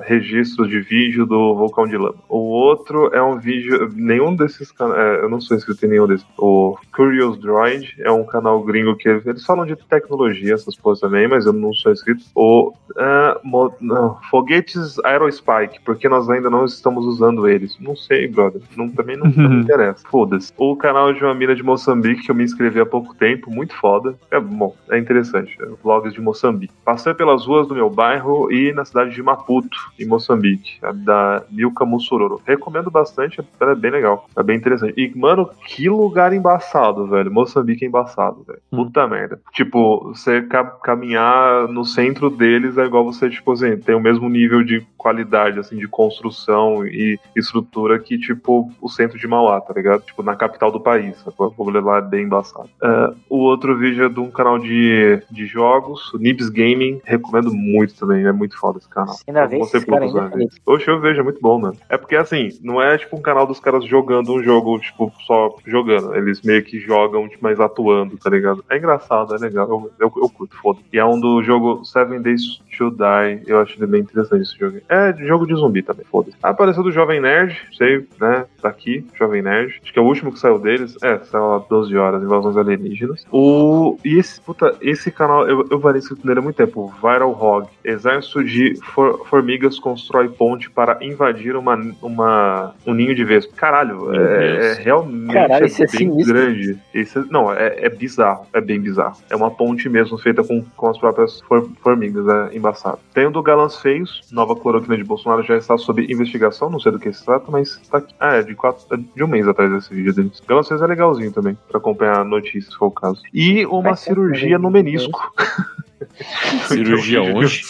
S2: registros de vídeo do vulcão de lama. O outro é um vídeo. Nenhum desses canais. é, eu não sou inscrito em nenhum desses. O Curious Droid é um canal gringo que eles falam de tecnologia, essas coisas também, mas eu não sou inscrito. O ah, mo- não, Foguetes Aerospike, porque nós ainda não estamos usando eles. Não sei, brother. Não, também não, não me interessa. Foda-se. O canal de uma mina de Moçambique, que eu me inscrevi há pouco tempo, muito foda. É bom, é interessante. É, Vlogs de Moçambique. Passei pelas ruas do meu bairro e na cidade de Maputo, em Moçambique, a da Milka Mussuroro. Recomendo bastante, é bem legal. É bem interessante. E, mano, que lugar embaçado, velho. Moçambique é embaçado, velho. Puta merda. Tipo, você ca- caminhar no centro deles é igual você, tipo assim, tem o mesmo nível de qualidade, assim, de construção e estrutura que, tipo, o centro de Mauá, tá ligado? Tipo, na capital do país. sacou? O bagulho lá é bem embaçado. Ah, o outro vídeo é de um canal de, de jogos, o Nibs Gaming. Recomendo muito também, é muito foda esse canal.
S3: Você ainda
S2: Eu
S3: vê
S2: mostrei
S3: esses caras
S2: poucos
S3: ainda,
S2: na vida. Oxe, eu vejo, é muito bom, mano. É porque, assim, não é, tipo, um canal dos caras jogando um jogo, tipo, só jogando. Eles meio que jogam, tipo, mas atuando, tá ligado? É engraçado, é legal. Eu, eu, eu curto, foda. E é um do jogo Seven Days to Die. Eu acho ele bem interessante esse jogo. É de jogo de zumbi também, foda. Apareceu do Jovem Nerd, sei, né? Tá aqui, Jovem Nerd. Acho que é o último que saiu deles. É, saiu há 12 horas, Invasões Alienígenas. O... E esse, puta, esse canal, eu, eu varei escrito nele há muito tempo. Viral Hog. Exército de for- formigas constrói ponte para invadir uma, uma, um ninho de vespa. Caralho,
S1: Meu Deus.
S2: é, é realmente
S3: Caralho,
S2: é
S3: isso é
S2: bem
S3: sinistro.
S2: grande. Isso é- não, é, é bizarro, é bem bizarro. É uma ponte mesmo feita com, com as próprias for- formigas, é embaçado. Tem o do Galãs Feios, nova cloroquina de Bolsonaro já está sob investigação, não sei do que se trata, mas está aqui. Ah, é de, quatro, é de um mês atrás desse vídeo deles. Galãs Feios é legalzinho também, pra acompanhar a notícia, se for o caso. E uma
S3: Vai ser
S2: cirurgia no
S3: é
S2: (laughs)
S3: também,
S2: menisco. é
S1: Cirurgia
S2: (laughs) Tem um vídeo
S1: onde?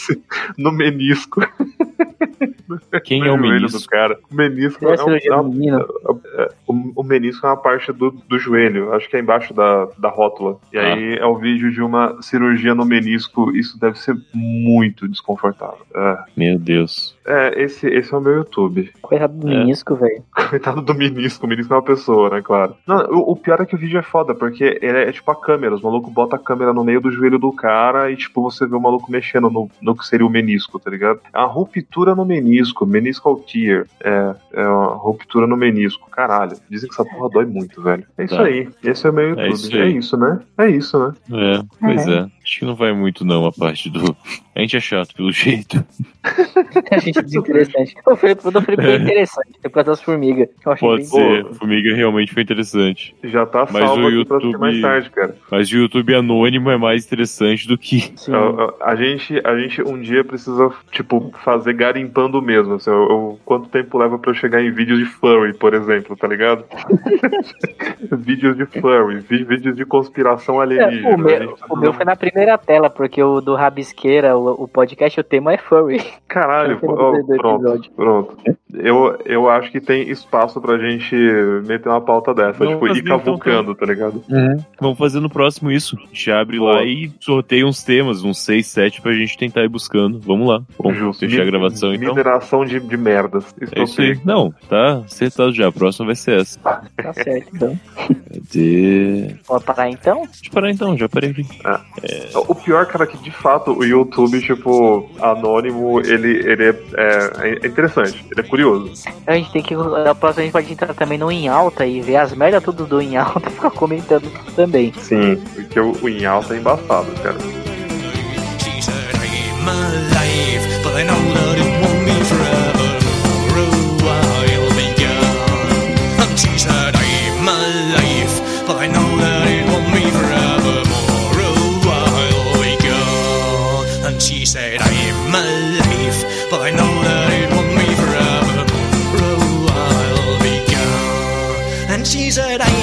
S2: (laughs) no menisco
S1: Quem é o
S2: joelho
S1: menisco?
S2: do cara. O menisco
S3: Tivesse
S2: é, um,
S3: cirurgia
S2: é
S3: do
S2: um-
S3: menino.
S2: o, o menisco é uma parte do, do joelho, acho que é embaixo da, da rótula. E
S1: Ah.
S2: aí é o vídeo de uma cirurgia no menisco, isso deve ser muito desconfortável. É,
S1: Meu Deus.
S2: é esse, esse é o meu YouTube.
S3: Coitado do
S1: É.
S3: menisco, velho.
S2: Coitado do menisco, o menisco é uma pessoa, né, claro. Não, o, o pior é que o vídeo é foda, porque ele é, tipo a câmera, os malucos botam a câmera no meio do joelho do cara e, tipo, você vê o maluco mexendo no, no que seria o menisco, tá ligado? É uma ruptura no menisco, meniscal tear. É, é uma ruptura no menisco, caralho. Dizem que essa porra dói muito, velho. É isso
S1: Tá.
S2: aí, esse é o meu YouTube.
S1: isso
S2: é
S1: aí.
S2: isso, né? É isso, né?
S1: É, pois é. Acho que não vai muito, não, a parte do. (laughs) A gente é chato, pelo jeito.
S3: A gente é desinteressante. O Felipe, o do Felipe é interessante. É por causa das formigas. que Eu achei
S1: Pode
S3: bem...
S1: ser.
S2: boa.
S1: Formiga realmente foi interessante.
S2: Já tá
S1: Mas
S2: salvo
S1: o
S2: aqui pra assistir
S1: YouTube-
S2: mais tarde, cara.
S1: Mas o YouTube anônimo é mais interessante do que. (laughs)
S2: é
S3: Sim.
S2: A, a- a gente, a gente um dia precisa, tipo, fazer garimpando mesmo. Assim, eu- eu- quanto tempo leva pra eu chegar em vídeos de furry, por exemplo, tá ligado? (laughs) vídeos de furry, vi- vídeos de conspiração
S3: É,
S2: alienígena.
S3: o,
S2: A
S3: meu,
S2: gente tá
S3: o meu
S2: fazendo-
S3: foi na primeira tela, porque o do Rabisqueira, o, o podcast, o tema é furry.
S2: Caralho,
S3: foi o
S2: ó,
S3: do
S2: pronto,
S3: episódio.
S2: pronto. Eu, eu acho que tem espaço pra gente meter uma pauta dessa,
S1: Não,
S2: tipo,
S1: mas então nem
S2: ir
S1: tão
S2: cavucando, tá ligado?
S1: Vamos fazer no próximo isso. A gente abre
S2: Boa.
S1: lá e sorteia uns temas, uns 6, 7, pra gente tentar ir buscando. Vamos lá. Vamos fechar a gravação então.
S2: Mineração de, de merdas.
S1: É
S2: Estou
S1: isso aí. Não, tá acertado já. A próxima vai ser essa.
S3: Tá certo, então.
S1: Cadê?
S3: Pode parar então?
S1: Deixa eu parar então, já parei aqui.
S2: O pior, cara, é que de fato o YouTube, tipo, anônimo, ele, ele é, é- é interessante, ele é curioso.
S3: A gente tem que. Na próxima a gente pode entrar também no Em Alta e ver as merdas tudo do Em Alta (laughs) e ficar comentando também.
S2: Sim. Porque o, o em alta é embaçado, cara.
S5: She said, I'm alive, but I know that it won't be forever. For a while I'll be gone. And she said, I'm alive, but I know that it won't be forever. For a while I'll be gone. And she said, I'm alive, but I know that it won't be forever. For a while I'll be gone. And she said, I'm